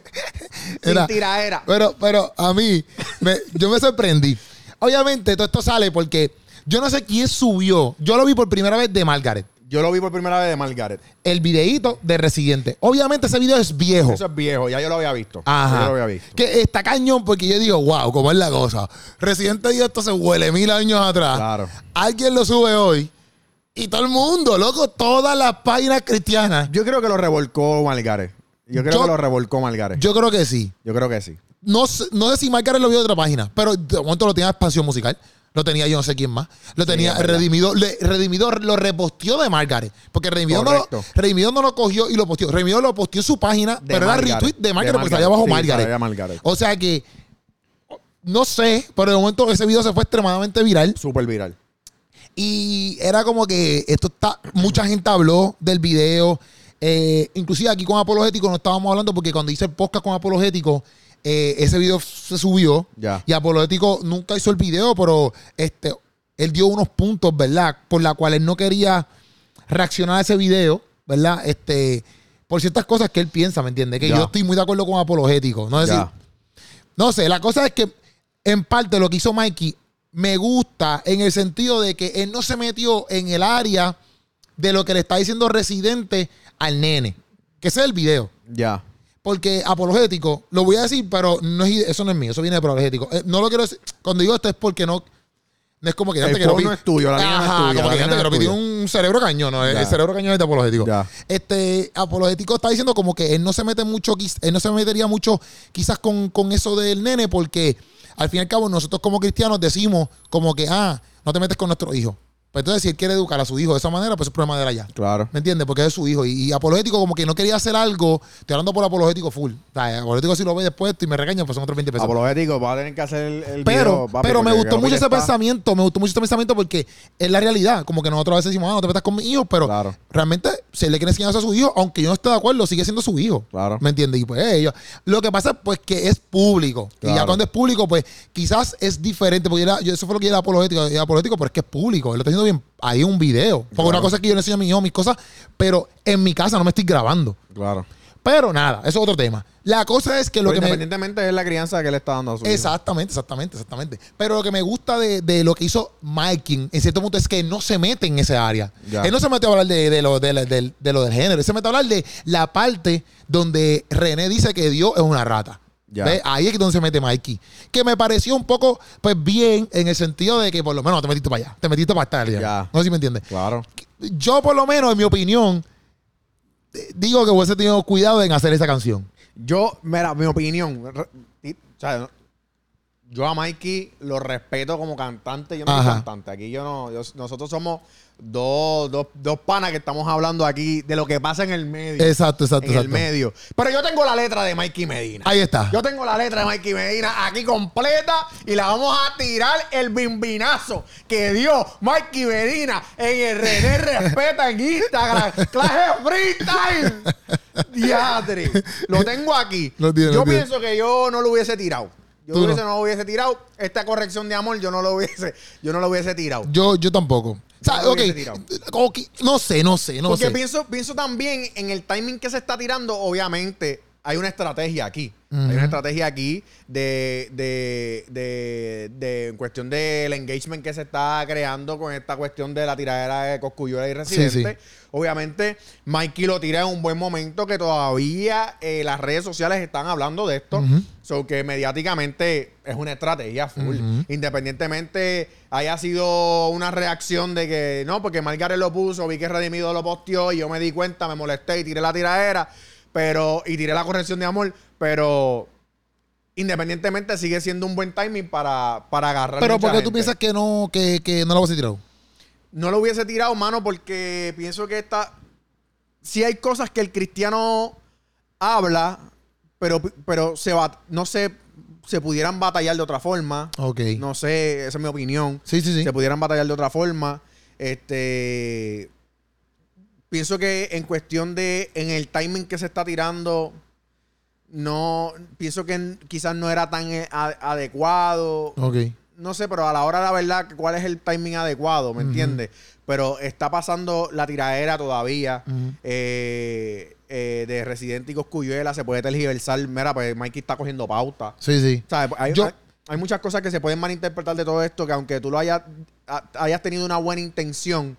Speaker 1: Era-
Speaker 2: Sin tiradera.
Speaker 1: Pero, pero a mí, me- yo me sorprendí. Obviamente, todo esto sale porque yo no sé quién subió. Yo lo vi por primera vez de Margaret.
Speaker 2: Yo lo vi por primera vez de Margaret.
Speaker 1: El videíto de Residente. Obviamente, ese video es viejo.
Speaker 2: Eso es viejo, ya yo lo había visto.
Speaker 1: Ajá.
Speaker 2: Ya Yo lo había visto.
Speaker 1: Que está cañón porque yo digo, wow, cómo es la cosa. Residente Dios esto se huele mil años atrás.
Speaker 2: Claro.
Speaker 1: Alguien lo sube hoy y todo el mundo, loco, todas las páginas cristianas.
Speaker 2: Yo creo que lo revolcó Margaret. Yo creo
Speaker 1: Yo-
Speaker 2: que lo revolcó Margaret. Yo,
Speaker 1: Yo creo que sí.
Speaker 2: creo que sí.
Speaker 1: No, sé- no sé si Margaret lo vio de otra página, pero de momento lo tenía expansión musical. Lo tenía yo no sé quién más. Lo tenía
Speaker 2: es verdad.
Speaker 1: Redimido. le- Redimido lo reposteó de Margaret. Porque Redimido no, lo,
Speaker 2: Correcto.
Speaker 1: Redimido no lo cogió y lo posteó. Redimido lo posteó en su página, pero era
Speaker 2: Margaret.
Speaker 1: retweet de
Speaker 2: De
Speaker 1: Margaret porque
Speaker 2: Margaret.
Speaker 1: salía bajo
Speaker 2: Sí,
Speaker 1: Margaret.
Speaker 2: salía Margaret.
Speaker 1: O sea que, no sé, pero de momento ese video se fue extremadamente viral.
Speaker 2: Súper viral.
Speaker 1: Y era como que esto está. Mucha gente habló del video. Eh, inclusive aquí con Apologético no estábamos hablando porque cuando hice el podcast con Apologético, eh, ese video se subió.
Speaker 2: Ya.
Speaker 1: Y Apologético nunca hizo el video, pero este, él dio unos puntos, ¿verdad? Por la cual él no quería reaccionar a ese video, ¿verdad? Este, por ciertas cosas que él piensa, ¿me entiendes? Que
Speaker 2: Ya.
Speaker 1: yo estoy muy de acuerdo con Apologético. No es decir,
Speaker 2: Ya.
Speaker 1: no sé, la cosa es que en parte lo que hizo Mikey me gusta en el sentido de que él no se metió en el área de lo que le está diciendo residente al nene. Que ese es el video.
Speaker 2: Ya.
Speaker 1: Porque apologético, lo voy a decir, pero no es, eso no es mío, eso viene de apologético. Eh, no lo quiero decir. Cuando digo esto es porque no. No es como que
Speaker 2: El
Speaker 1: antes que lo
Speaker 2: porno
Speaker 1: pi-
Speaker 2: es tuyo, la línea no es
Speaker 1: Ajá, Como
Speaker 2: tuya, la
Speaker 1: que
Speaker 2: línea
Speaker 1: antes
Speaker 2: no
Speaker 1: que lo
Speaker 2: es
Speaker 1: pi- tiene
Speaker 2: tuya.
Speaker 1: un cerebro cañón, ¿no? El-
Speaker 2: Ya.
Speaker 1: El cerebro cañón es de apologético.
Speaker 2: Ya.
Speaker 1: Este, apologético está diciendo como que él no se mete mucho, quiz- él no se metería mucho quizás con, con eso del nene, porque al fin y al cabo nosotros como cristianos decimos como que, ah, no te metes con nuestro hijo. Pues entonces, si él quiere educar a su hijo de esa manera, pues es problema de él allá.
Speaker 2: Claro.
Speaker 1: ¿Me entiendes? Porque es su hijo. Y, y apologético, como que no quería hacer algo, estoy hablando por apologético full. O sea, apologético si lo ve después y me regaña, pues son otros 20 pesos.
Speaker 2: Apologético, va a tener que hacer el, el
Speaker 1: Pero,
Speaker 2: video, papi,
Speaker 1: pero me
Speaker 2: porque
Speaker 1: gustó
Speaker 2: Keropi
Speaker 1: mucho
Speaker 2: ya
Speaker 1: ese
Speaker 2: está.
Speaker 1: pensamiento, me gustó mucho ese pensamiento porque es la realidad. Como que nosotros a veces decimos, ah, no te metas con mi hijo, pero
Speaker 2: Claro.
Speaker 1: realmente si él le quiere enseñar eso a su hijo, aunque yo no esté de acuerdo, sigue siendo su hijo.
Speaker 2: Claro.
Speaker 1: ¿Me entiendes? Y pues ellos. Lo que pasa pues que es público. Y ya
Speaker 2: Claro.
Speaker 1: cuando es público, pues quizás es diferente. Porque era- yo- eso fue lo que yo era apologético, era apologético, pero es que es público. Él lo está haciendo bien. Hay un video. Porque
Speaker 2: Claro.
Speaker 1: una cosa es que yo le enseño a mi hijo mis cosas, pero en mi casa no me estoy grabando.
Speaker 2: Claro.
Speaker 1: Pero nada, eso es otro tema. La cosa es que lo que
Speaker 2: Pero
Speaker 1: me-
Speaker 2: independientemente es la crianza que le está dando a su hijo.
Speaker 1: Exactamente, exactamente, exactamente. Pero lo que me gusta de, de lo que hizo Mikey, en cierto punto, es que no se mete en esa área.
Speaker 2: Ya.
Speaker 1: Él no se mete a hablar de, de lo, de la- del- de lo del género. Él se mete a hablar de la parte donde René dice que Dios es una rata.
Speaker 2: Ya.
Speaker 1: ¿Ves? Ahí es donde se mete Mikey. Que me pareció un poco, pues bien, en el sentido de que por lo menos te metiste para allá, te metiste para esta área.
Speaker 2: Ya.
Speaker 1: No sé si me entiendes.
Speaker 2: Claro.
Speaker 1: Yo, por lo menos, en mi opinión, eh, digo que hubiese tenido cuidado en hacer esa canción.
Speaker 2: Yo, mira, mi opinión. re- y- o sea, no- yo a Mikey lo respeto como cantante. Yo no soy
Speaker 1: Ajá.
Speaker 2: cantante. Aquí yo no. yo- nosotros somos dos, dos, dos panas que estamos hablando aquí de lo que pasa en el medio.
Speaker 1: Exacto, exacto,
Speaker 2: en el
Speaker 1: exacto.
Speaker 2: medio. Pero yo tengo la letra de Mikey Medina.
Speaker 1: Ahí está.
Speaker 2: Yo tengo la letra de Mikey Medina aquí completa y la vamos a tirar el bimbinazo que dio Mikey Medina en el René Respeta en Instagram. Clase freestyle. Diadre. Lo tengo aquí.
Speaker 1: Lo tiene,
Speaker 2: yo
Speaker 1: lo tiene.
Speaker 2: pienso que yo no lo hubiese tirado. Yo
Speaker 1: Tú no.
Speaker 2: hubiese- no. lo hubiese tirado. Esta corrección de amor yo no lo hubiese, yo no lo hubiese tirado.
Speaker 1: Yo, yo tampoco. O sea,
Speaker 2: Yo lo
Speaker 1: ok,
Speaker 2: hubiese tirado.
Speaker 1: ok, No sé, no sé, no
Speaker 2: Porque
Speaker 1: sé.
Speaker 2: pienso, pienso también en el timing que se está tirando, obviamente, hay una estrategia aquí. Hay una estrategia aquí de, de, de, de- en cuestión del engagement que se está creando con esta cuestión de la tiradera de Coscuyuela y Residente. Obviamente, Mikey lo tira en un buen momento que todavía eh, las redes sociales están hablando de esto. So que mediáticamente es una estrategia full. Independientemente haya sido una reacción de que no, porque Margaret lo puso, vi que Redimido lo posteó y yo me di cuenta, me molesté y tiré la tiradera. Pero, y tiré la corrección de amor, pero independientemente sigue siendo un buen timing para, para agarrar.
Speaker 1: Pero
Speaker 2: mucha
Speaker 1: ¿por qué tú
Speaker 2: gente.
Speaker 1: piensas que no, que, que no lo vas a tirar?
Speaker 2: No lo hubiese tirado, mano, porque pienso que esta. sí hay cosas que el cristiano habla, pero, pero se bat- no sé, se pudieran batallar de otra forma.
Speaker 1: Ok.
Speaker 2: No sé, esa es mi opinión.
Speaker 1: Sí, sí, sí.
Speaker 2: Se pudieran batallar de otra forma. Este. Pienso que en cuestión de. En el timing que se está tirando. No. Pienso que n- quizás no era tan eh, a- adecuado.
Speaker 1: Ok.
Speaker 2: No sé, pero a la hora de la verdad, ¿cuál es el timing adecuado? ¿Me entiendes? Pero está pasando la tiradera todavía
Speaker 1: Ujú.
Speaker 2: eh, eh, de Residente y Coscuyuela. Se puede tergiversar. Mira, pues Mikey está cogiendo pauta.
Speaker 1: Sí, sí.
Speaker 2: ¿Sabes? Hay,
Speaker 1: Yo-
Speaker 2: hay- hay muchas cosas que se pueden malinterpretar de todo esto, que aunque tú lo hayas, ha- hayas tenido una buena intención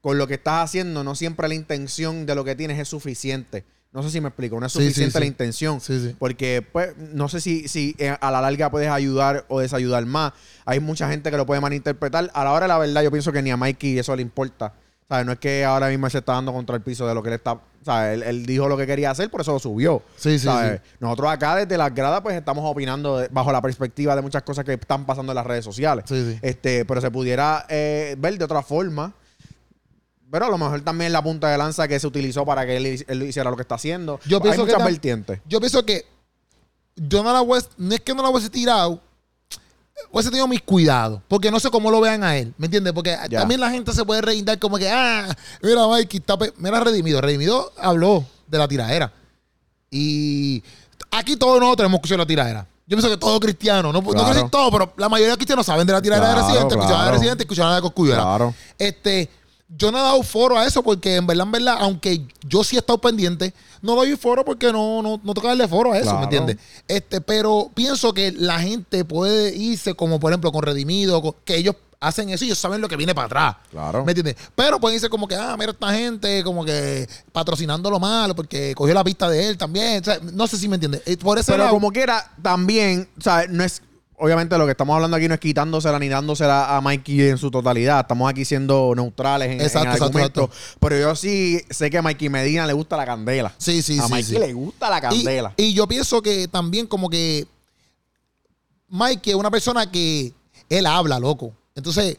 Speaker 2: con lo que estás haciendo, no siempre la intención de lo que tienes es suficiente. No sé si me explico, no es
Speaker 1: Sí, sí,
Speaker 2: suficiente la
Speaker 1: sí.
Speaker 2: intención.
Speaker 1: Sí, sí.
Speaker 2: Porque, pues, no sé si, si eh, a la larga puedes ayudar o desayudar más. Hay mucha gente que lo puede malinterpretar. A la hora de la verdad, yo pienso que ni a Mikey eso le importa. ¿Sabes? No es que ahora mismo él se está dando contra el piso de lo que él está. ¿sabes? Él, él dijo lo que quería hacer, por eso lo subió.
Speaker 1: Sí, sí,
Speaker 2: ¿sabes? Nosotros acá desde las gradas, pues estamos opinando de- bajo la perspectiva de muchas cosas que están pasando en las redes sociales.
Speaker 1: Sí, sí.
Speaker 2: Este, pero se pudiera eh, ver de otra forma. Pero a lo mejor también la punta de lanza que se utilizó para que él, él hiciera lo que está haciendo.
Speaker 1: Yo
Speaker 2: Hay
Speaker 1: pienso que
Speaker 2: muchas
Speaker 1: tam-
Speaker 2: vertientes.
Speaker 1: Yo pienso que yo no la hubiese, no es que no la hubiese tirado, hubiese tenido mis cuidados, porque no sé cómo lo vean a él, ¿me entiendes? Porque
Speaker 2: Ya.
Speaker 1: también la gente se puede reindar como que, ah, mira, Mikey, está pe-". mira, redimido, redimido habló de la tiradera. Y aquí todos nosotros hemos escuchado la tiradera. Yo pienso que todos cristianos, no, no
Speaker 2: Claro.
Speaker 1: sé si todos, pero la mayoría de cristianos saben de la tiradera
Speaker 2: Claro,
Speaker 1: de residente, escucharon de
Speaker 2: claro.
Speaker 1: residente, escucharon de Coscuyuela.
Speaker 2: Claro.
Speaker 1: Este, yo no he dado foro a eso porque en verdad, en verdad, aunque yo sí he estado pendiente, no doy foro porque no, no, no toca darle foro a eso, ¿me
Speaker 2: Claro.
Speaker 1: entiendes? Este, pero pienso que la gente puede irse, como por ejemplo con Redimido, con- que ellos hacen eso y ellos saben lo que viene para atrás.
Speaker 2: Claro.
Speaker 1: ¿Me entiendes? Pero pueden irse como que, ah, mira esta gente, como que patrocinando lo malo, porque cogió la pista de él también. O sea, no sé si me entiendes. Eh, Por eso
Speaker 2: Pero como quiera, también, o sea, no es. Obviamente lo que estamos hablando aquí no es quitándosela ni dándosela a Mikey en su totalidad. Estamos aquí siendo neutrales en, en
Speaker 1: Exacto,
Speaker 2: el
Speaker 1: exacto,
Speaker 2: argumento. Pero yo sí sé que a Mikey Medina le gusta la candela.
Speaker 1: Sí, sí,
Speaker 2: a
Speaker 1: sí,
Speaker 2: Mikey
Speaker 1: sí.
Speaker 2: le gusta la
Speaker 1: Y-
Speaker 2: candela.
Speaker 1: Y, yo pienso que también como que Mike es una persona que él habla, loco. Entonces,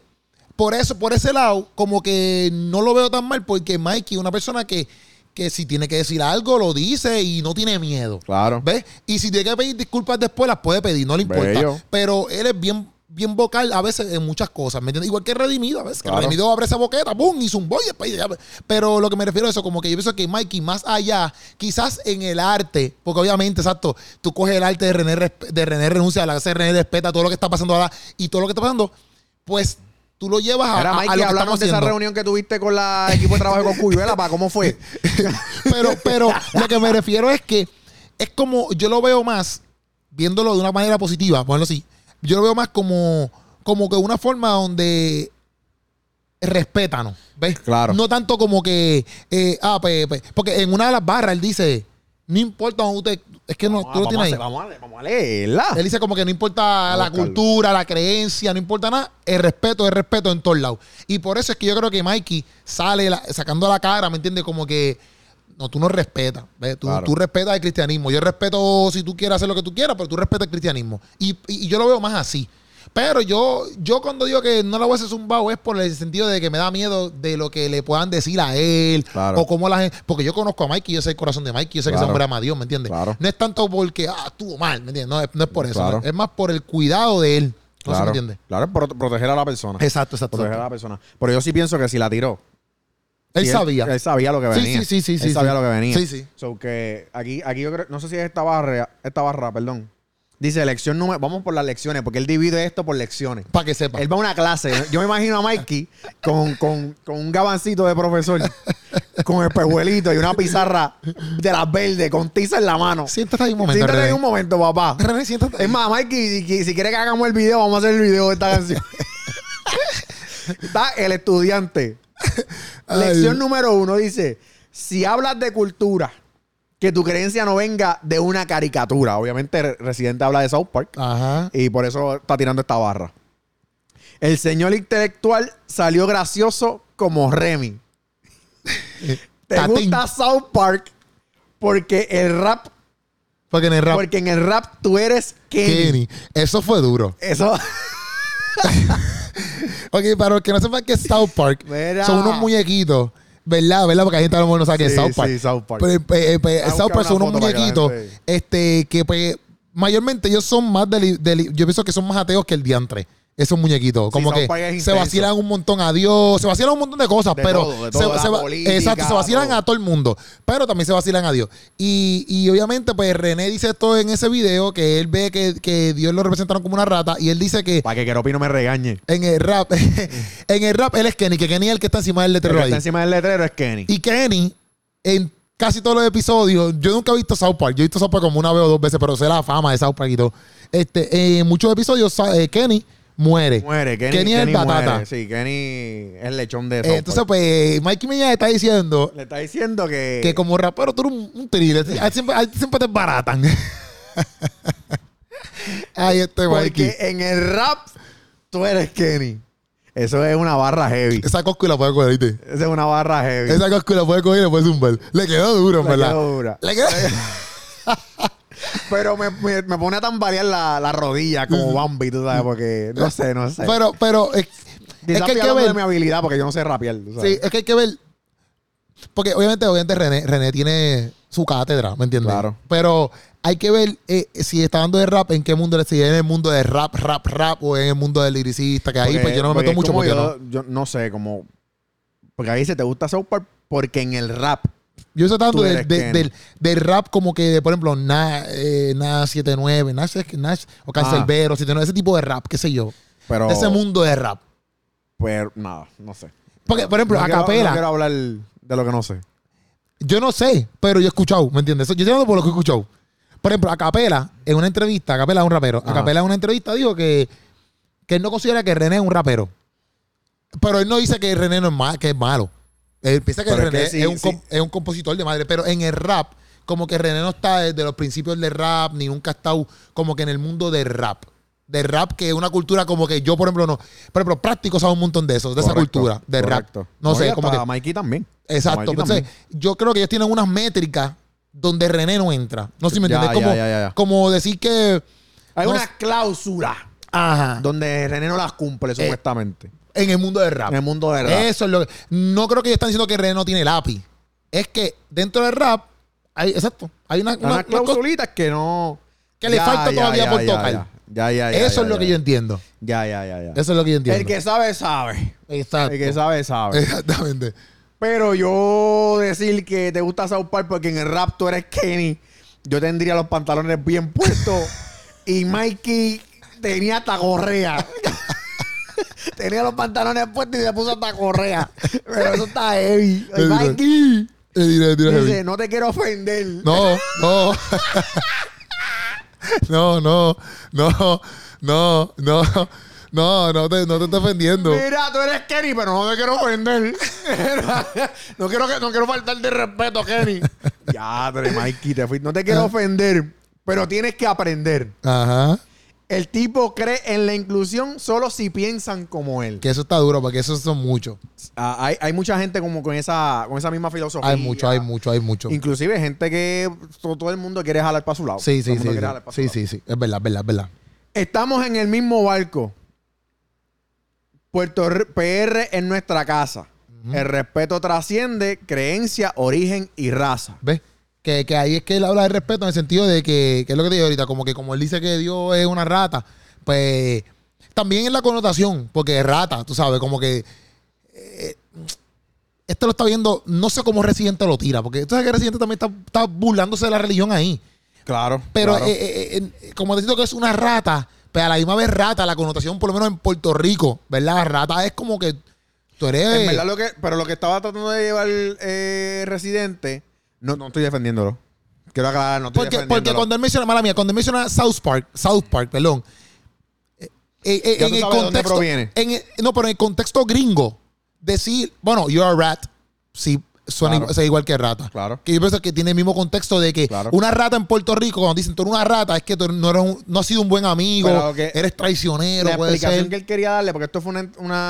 Speaker 1: por eso, por ese lado, como que no lo veo tan mal, porque Mikey es una persona que, que si tiene que decir algo, lo dice y no tiene miedo.
Speaker 2: claro.
Speaker 1: ¿Ves? Y si tiene que pedir disculpas después, las puede pedir, no le importa.
Speaker 2: Bello.
Speaker 1: Pero él es bien, bien vocal a veces en muchas cosas, ¿me entiendes? Igual que Redimido, a veces. Que
Speaker 2: Claro.
Speaker 1: Redimido abre esa boqueta, ¡pum! Y zumbó y después ya- Pero lo que me refiero a eso, como que yo pienso que Mikey, más allá, quizás en el arte, porque obviamente, exacto, tú coges el arte de René, Resp- de René Renuncia, la hace René Respeta, todo lo que está pasando ahora y todo lo que está pasando, pues tú lo llevas a,
Speaker 2: Era
Speaker 1: a- Ah, a
Speaker 2: Mikey,
Speaker 1: lo que
Speaker 2: hablamos
Speaker 1: estamos
Speaker 2: de esa
Speaker 1: haciendo.
Speaker 2: reunión que tuviste con la equipo de trabajo con Cuyuela, pa, ¿cómo fue?
Speaker 1: pero, pero lo que me refiero es que es como yo lo veo más, viéndolo de una manera positiva, ponerlo así, yo lo veo más como, como que una forma donde respétanos, ¿ves?
Speaker 2: Claro.
Speaker 1: No tanto como que, eh, ah, pues, pues, porque en una de las barras él dice, no importa donde usted, es que no, tú lo
Speaker 2: vamos, a
Speaker 1: tienes ahí.
Speaker 2: hacer- vamos, a, vamos a leerla.
Speaker 1: Él dice como que no importa
Speaker 2: Ah. a
Speaker 1: la
Speaker 2: buscarlo.
Speaker 1: cultura, la creencia, no importa nada, el respeto, el respeto en todos lados. Y por eso es que yo creo que Mikey sale la- sacando la cara, ¿me entiendes? Como que no, tú no respetas, ¿ves? Tú,
Speaker 2: Claro.
Speaker 1: tú respetas el cristianismo. Yo respeto si tú quieres hacer lo que tú quieras, pero tú respetas el cristianismo. Y, y- y yo lo veo más así. Pero yo, yo cuando digo que no la voy a hacer zumbao es por el sentido de que me da miedo de lo que le puedan decir a él
Speaker 2: Claro.
Speaker 1: o cómo la gente... Porque yo conozco a Mikey, yo sé el corazón de Mikey, yo sé que ese
Speaker 2: Claro.
Speaker 1: hombre ama a Dios, ¿me entiendes?
Speaker 2: Claro.
Speaker 1: No es tanto porque, ah, estuvo mal, ¿me entiendes? No, es, no es por eso.
Speaker 2: Claro.
Speaker 1: ¿no? Es más por el cuidado de él. No se me
Speaker 2: claro,
Speaker 1: entiende.
Speaker 2: claro, es pro- proteger a la persona.
Speaker 1: Exacto, exacto.
Speaker 2: Proteger a
Speaker 1: exacto.
Speaker 2: la persona. Pero yo sí pienso que si la tiró,
Speaker 1: Él
Speaker 2: Sí,
Speaker 1: sabía.
Speaker 2: Él sabía lo que
Speaker 1: Sí,
Speaker 2: venía.
Speaker 1: sí, sí, sí,
Speaker 2: Él
Speaker 1: sí,
Speaker 2: sabía
Speaker 1: sí.
Speaker 2: lo que venía.
Speaker 1: Sí, sí.
Speaker 2: So que aquí, aquí yo creo, no sé si es esta barra, esta barra, perdón. Dice lección número, vamos por las lecciones, porque él divide esto por lecciones.
Speaker 1: Para que sepa.
Speaker 2: Él va a una clase. Yo me imagino a Mikey con, con, con un gabancito de profesor, con espejuelito y una pizarra de las verdes, con tiza en la mano.
Speaker 1: Siéntate ahí un momento.
Speaker 2: Siéntate ahí
Speaker 1: René.
Speaker 2: un momento, papá.
Speaker 1: René, siéntate ahí.
Speaker 2: Es más, Mikey, si, si quiere que hagamos el video, vamos a hacer el video de esta canción. Está el estudiante.
Speaker 1: Ay.
Speaker 2: Lección número uno dice: si hablas de cultura, que tu creencia no venga de una caricatura. Obviamente, Re- Residente habla de South Park
Speaker 1: Ajá.
Speaker 2: y por eso está tirando esta barra. El señor intelectual salió gracioso como Remy. Te
Speaker 1: Tatín.
Speaker 2: gusta South Park porque el rap,
Speaker 1: Porque en el rap.
Speaker 2: porque en el rap tú eres Kenny.
Speaker 1: Kenny. Eso fue duro.
Speaker 2: Eso.
Speaker 1: Ok, para los que no sepan que es South Park,
Speaker 2: Mira.
Speaker 1: son unos muñequitos ¿Verdad? ¿Verdad? Porque ahí está a lo mejor no sabe que es
Speaker 2: Sí,
Speaker 1: South Park.
Speaker 2: sí, South Park.
Speaker 1: Pero, eh, eh, pues,
Speaker 2: Voy a
Speaker 1: South
Speaker 2: buscar
Speaker 1: Park son
Speaker 2: una
Speaker 1: unos
Speaker 2: foto para que la
Speaker 1: muñequitos
Speaker 2: gente-
Speaker 1: este, que pues, mayormente ellos son más deli- deli- yo pienso que son más ateos que el diantre. Esos muñequitos, como
Speaker 2: South
Speaker 1: que
Speaker 2: Park es
Speaker 1: se
Speaker 2: intenso.
Speaker 1: vacilan un montón a Dios, se vacilan un montón de cosas,
Speaker 2: De
Speaker 1: pero
Speaker 2: todo, de
Speaker 1: se-
Speaker 2: todo, la
Speaker 1: se va-
Speaker 2: política,
Speaker 1: exacto, se vacilan
Speaker 2: todo.
Speaker 1: a todo el mundo, pero también se vacilan a Dios. Y, y obviamente, pues René dice esto en ese video, que él ve que, que Dios lo representaron como una rata, y él dice que
Speaker 2: Para que Keropi no me regañe.
Speaker 1: en el rap, en el rap, él es Kenny, que Kenny es el que está encima del
Speaker 2: El
Speaker 1: letrero
Speaker 2: que
Speaker 1: ahí.
Speaker 2: está encima del letrero es Kenny.
Speaker 1: Y Kenny, en casi todos los episodios, yo nunca he visto South Park. Yo he visto South Park como una vez o dos veces, pero sé la fama de South Park y todo. Este, eh, en muchos episodios, Sa- eh, Kenny muere.
Speaker 2: Muere, Kenny,
Speaker 1: Kenny es el
Speaker 2: muere.
Speaker 1: batata.
Speaker 2: Sí, Kenny es el lechón de
Speaker 1: Eh,
Speaker 2: South
Speaker 1: entonces,
Speaker 2: Park.
Speaker 1: pues, Mikey Milla está diciendo
Speaker 2: Le está diciendo que...
Speaker 1: que como rapero tú eres un, un tril. A ti Siempre, a ti siempre te baratan. Ahí este Mikey.
Speaker 2: porque en el rap tú eres Kenny. Eso es una barra heavy.
Speaker 1: Esa coscu la puede coger, ¿viste?
Speaker 2: Esa es una barra heavy.
Speaker 1: Esa coscu la puede coger y la puede zumbar. Le quedó duro, en
Speaker 2: Le
Speaker 1: ¿verdad?
Speaker 2: quedó Pues dura.
Speaker 1: Le quedó...
Speaker 2: Pero me, me, me pone a tambalear la, la rodilla como Bambi, tú sabes, porque no sé, no sé.
Speaker 1: pero, pero... eh,
Speaker 2: Te
Speaker 1: es
Speaker 2: estás
Speaker 1: que hay que
Speaker 2: fijando de
Speaker 1: ver...
Speaker 2: mi habilidad porque yo no sé rapear, tú sabes.
Speaker 1: Sí, es que hay que ver. Porque obviamente, obviamente René, René tiene su cátedra, ¿me entiendes?
Speaker 2: Claro.
Speaker 1: Pero hay que ver eh, si está dando de rap, en qué mundo, le- si es en el mundo de rap, rap, rap, o en el mundo del liricista, que ahí
Speaker 2: Porque-
Speaker 1: pues yo no me
Speaker 2: porque
Speaker 1: meto
Speaker 2: es
Speaker 1: mucho
Speaker 2: como
Speaker 1: porque no.
Speaker 2: yo, yo no sé, como... Porque ahí se te gusta South Park porque en el rap
Speaker 1: Yo estoy tratando
Speaker 2: Tú
Speaker 1: del,
Speaker 2: eres
Speaker 1: de-
Speaker 2: Ken.
Speaker 1: del, del rap como que, de, por ejemplo, Nas eh, Nas 79, Nas, es que Nas
Speaker 2: Ah.
Speaker 1: o Cancelbero, 79, ese tipo de rap, qué sé yo.
Speaker 2: Pero,
Speaker 1: De ese mundo de rap.
Speaker 2: pero nada, no sé.
Speaker 1: Porque, por ejemplo,
Speaker 2: No
Speaker 1: a
Speaker 2: quiero-
Speaker 1: capela,
Speaker 2: No quiero hablar de lo que no sé.
Speaker 1: Yo no sé, pero yo he escuchado, ¿me entiendes? Yo estoy hablando por lo que he escuchado. Por ejemplo, Acapela, en una entrevista, Acapela es un rapero.
Speaker 2: Ajá.
Speaker 1: Acapela en una entrevista dijo que, que él no considera que René es un rapero. Pero él no dice que René no es, ma- que es malo. Él piensa que
Speaker 2: Pero es
Speaker 1: René
Speaker 2: que sí,
Speaker 1: es, un com-
Speaker 2: sí.
Speaker 1: es un compositor de madre. Pero en el rap, como que René no está desde los principios del rap, ni nunca ha estado como que en el mundo del rap. De rap, que es una cultura como que yo, por ejemplo, no. Por ejemplo, práctico sabe un montón de eso, de esa
Speaker 2: Correcto,
Speaker 1: cultura, de rap.
Speaker 2: correcto.
Speaker 1: No,
Speaker 2: y
Speaker 1: sé, como que.
Speaker 2: hasta Mikey también.
Speaker 1: Exacto. pues,
Speaker 2: Mikey
Speaker 1: Entonces,
Speaker 2: también.
Speaker 1: yo creo que ellos tienen unas métricas donde René no entra. No sé si me
Speaker 2: Ya,
Speaker 1: entiendes.
Speaker 2: ya,
Speaker 1: como,
Speaker 2: ya, ya, ya.
Speaker 1: como decir que.
Speaker 2: Hay
Speaker 1: no
Speaker 2: una
Speaker 1: sé-
Speaker 2: cláusula
Speaker 1: Ajá.
Speaker 2: donde René no las
Speaker 1: Eh,
Speaker 2: cumple, supuestamente.
Speaker 1: En el mundo del rap.
Speaker 2: En el mundo del rap.
Speaker 1: Eso es lo que. No creo que ellos están diciendo que René no tiene lápiz. Es que dentro del rap. Hay, exacto. Hay una,
Speaker 2: Hay
Speaker 1: una-
Speaker 2: unas
Speaker 1: una cosa-
Speaker 2: clausulitas que no...
Speaker 1: Que le falta todavía por tocar.
Speaker 2: Ya, ya, ya, ya,
Speaker 1: Eso
Speaker 2: ya,
Speaker 1: es lo
Speaker 2: ya,
Speaker 1: que yo entiendo.
Speaker 2: Ya, ya, ya, ya.
Speaker 1: Eso es lo que yo entiendo. Eh.
Speaker 2: El que sabe, sabe.
Speaker 1: exacto.
Speaker 2: El que sabe, sabe.
Speaker 1: Exactamente.
Speaker 2: Pero yo decir que te gusta South Park porque en el rap tú eres Kenny, yo tendría los pantalones bien puestos y Mikey tenía hasta correa. tenía los pantalones puestos y se puso hasta correa. Pero eso está heavy. Ay,
Speaker 1: Eso-
Speaker 2: Mikey
Speaker 1: Eh, dile, dile,
Speaker 2: dice,
Speaker 1: Javi.
Speaker 2: no te quiero ofender.
Speaker 1: No, no. No, no, no, no, no, no, no te, no te estoy ofendiendo.
Speaker 2: Mira, tú eres Kenny, pero no te quiero ofender. no, quiero que, no quiero faltar de respeto, Kenny. Ah. ya, pero Mikey, te fui. No te quiero ofender, pero tienes que aprender.
Speaker 1: Ajá.
Speaker 2: El tipo cree en la inclusión solo si piensan como él.
Speaker 1: Que eso está duro, porque eso son muchos.
Speaker 2: Ah, hay, hay mucha gente como con esa, con esa misma filosofía.
Speaker 1: Hay mucho, hay mucho, hay mucho.
Speaker 2: Inclusive gente que to- todo el mundo quiere jalar para su lado.
Speaker 1: Sí,
Speaker 2: Todo
Speaker 1: sí,
Speaker 2: el mundo
Speaker 1: sí.
Speaker 2: quiere jalar pa' su
Speaker 1: Sí,
Speaker 2: lado.
Speaker 1: sí, sí. Es verdad, es verdad, es verdad.
Speaker 2: Estamos en el mismo barco. Puerto R- PR es nuestra casa. El respeto trasciende creencia, origen y raza.
Speaker 1: ¿Ves? Que, que ahí es que él habla de respeto en el sentido de que, que es lo que te digo ahorita, como que como él dice que Dios es una rata, pues también es la connotación, porque es rata, tú sabes, como que eh, este lo está viendo, no sé cómo Residente lo tira, porque tú sabes que Residente también está, está burlándose de la religión ahí.
Speaker 2: Claro.
Speaker 1: Pero
Speaker 2: claro.
Speaker 1: eh, eh, eh, eh, como te digo que es una rata, pero a la misma vez rata, la connotación por lo menos en Puerto Rico, ¿verdad? Rata es como que tú eres...
Speaker 2: En verdad lo que, pero lo que estaba tratando de llevar eh, Residente, no, no estoy defendiéndolo. Quiero aclarar, no estoy
Speaker 1: porque,
Speaker 2: defendiéndolo.
Speaker 1: porque cuando él menciona, mala mía, cuando él menciona South Park, South Park, perdón, eh, eh, eh,
Speaker 2: Ya
Speaker 1: en
Speaker 2: tú
Speaker 1: el
Speaker 2: sabes de dónde
Speaker 1: contexto,
Speaker 2: proviene.
Speaker 1: en el- no, pero en el contexto gringo, decir, bueno, you're a rat, sí suena
Speaker 2: Claro.
Speaker 1: igual, o sea, igual que rata.
Speaker 2: Claro.
Speaker 1: Que yo pienso que tiene el mismo contexto de que
Speaker 2: Claro.
Speaker 1: una rata en Puerto Rico, cuando dicen tú eres una rata, es que tú no, eres un- no has sido un buen amigo,
Speaker 2: Pero que-
Speaker 1: eres traicionero,
Speaker 2: la
Speaker 1: puede
Speaker 2: explicación
Speaker 1: ser.
Speaker 2: que él quería darle, porque esto fue una,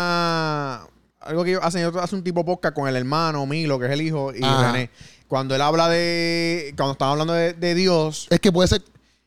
Speaker 2: una- algo que yo hace, yo hace un tipo podcast con el hermano Milo, que es el hijo, y
Speaker 1: Ajá.
Speaker 2: René. Cuando él habla de. Cuando estaba hablando de, de Dios,
Speaker 1: Es que puede ser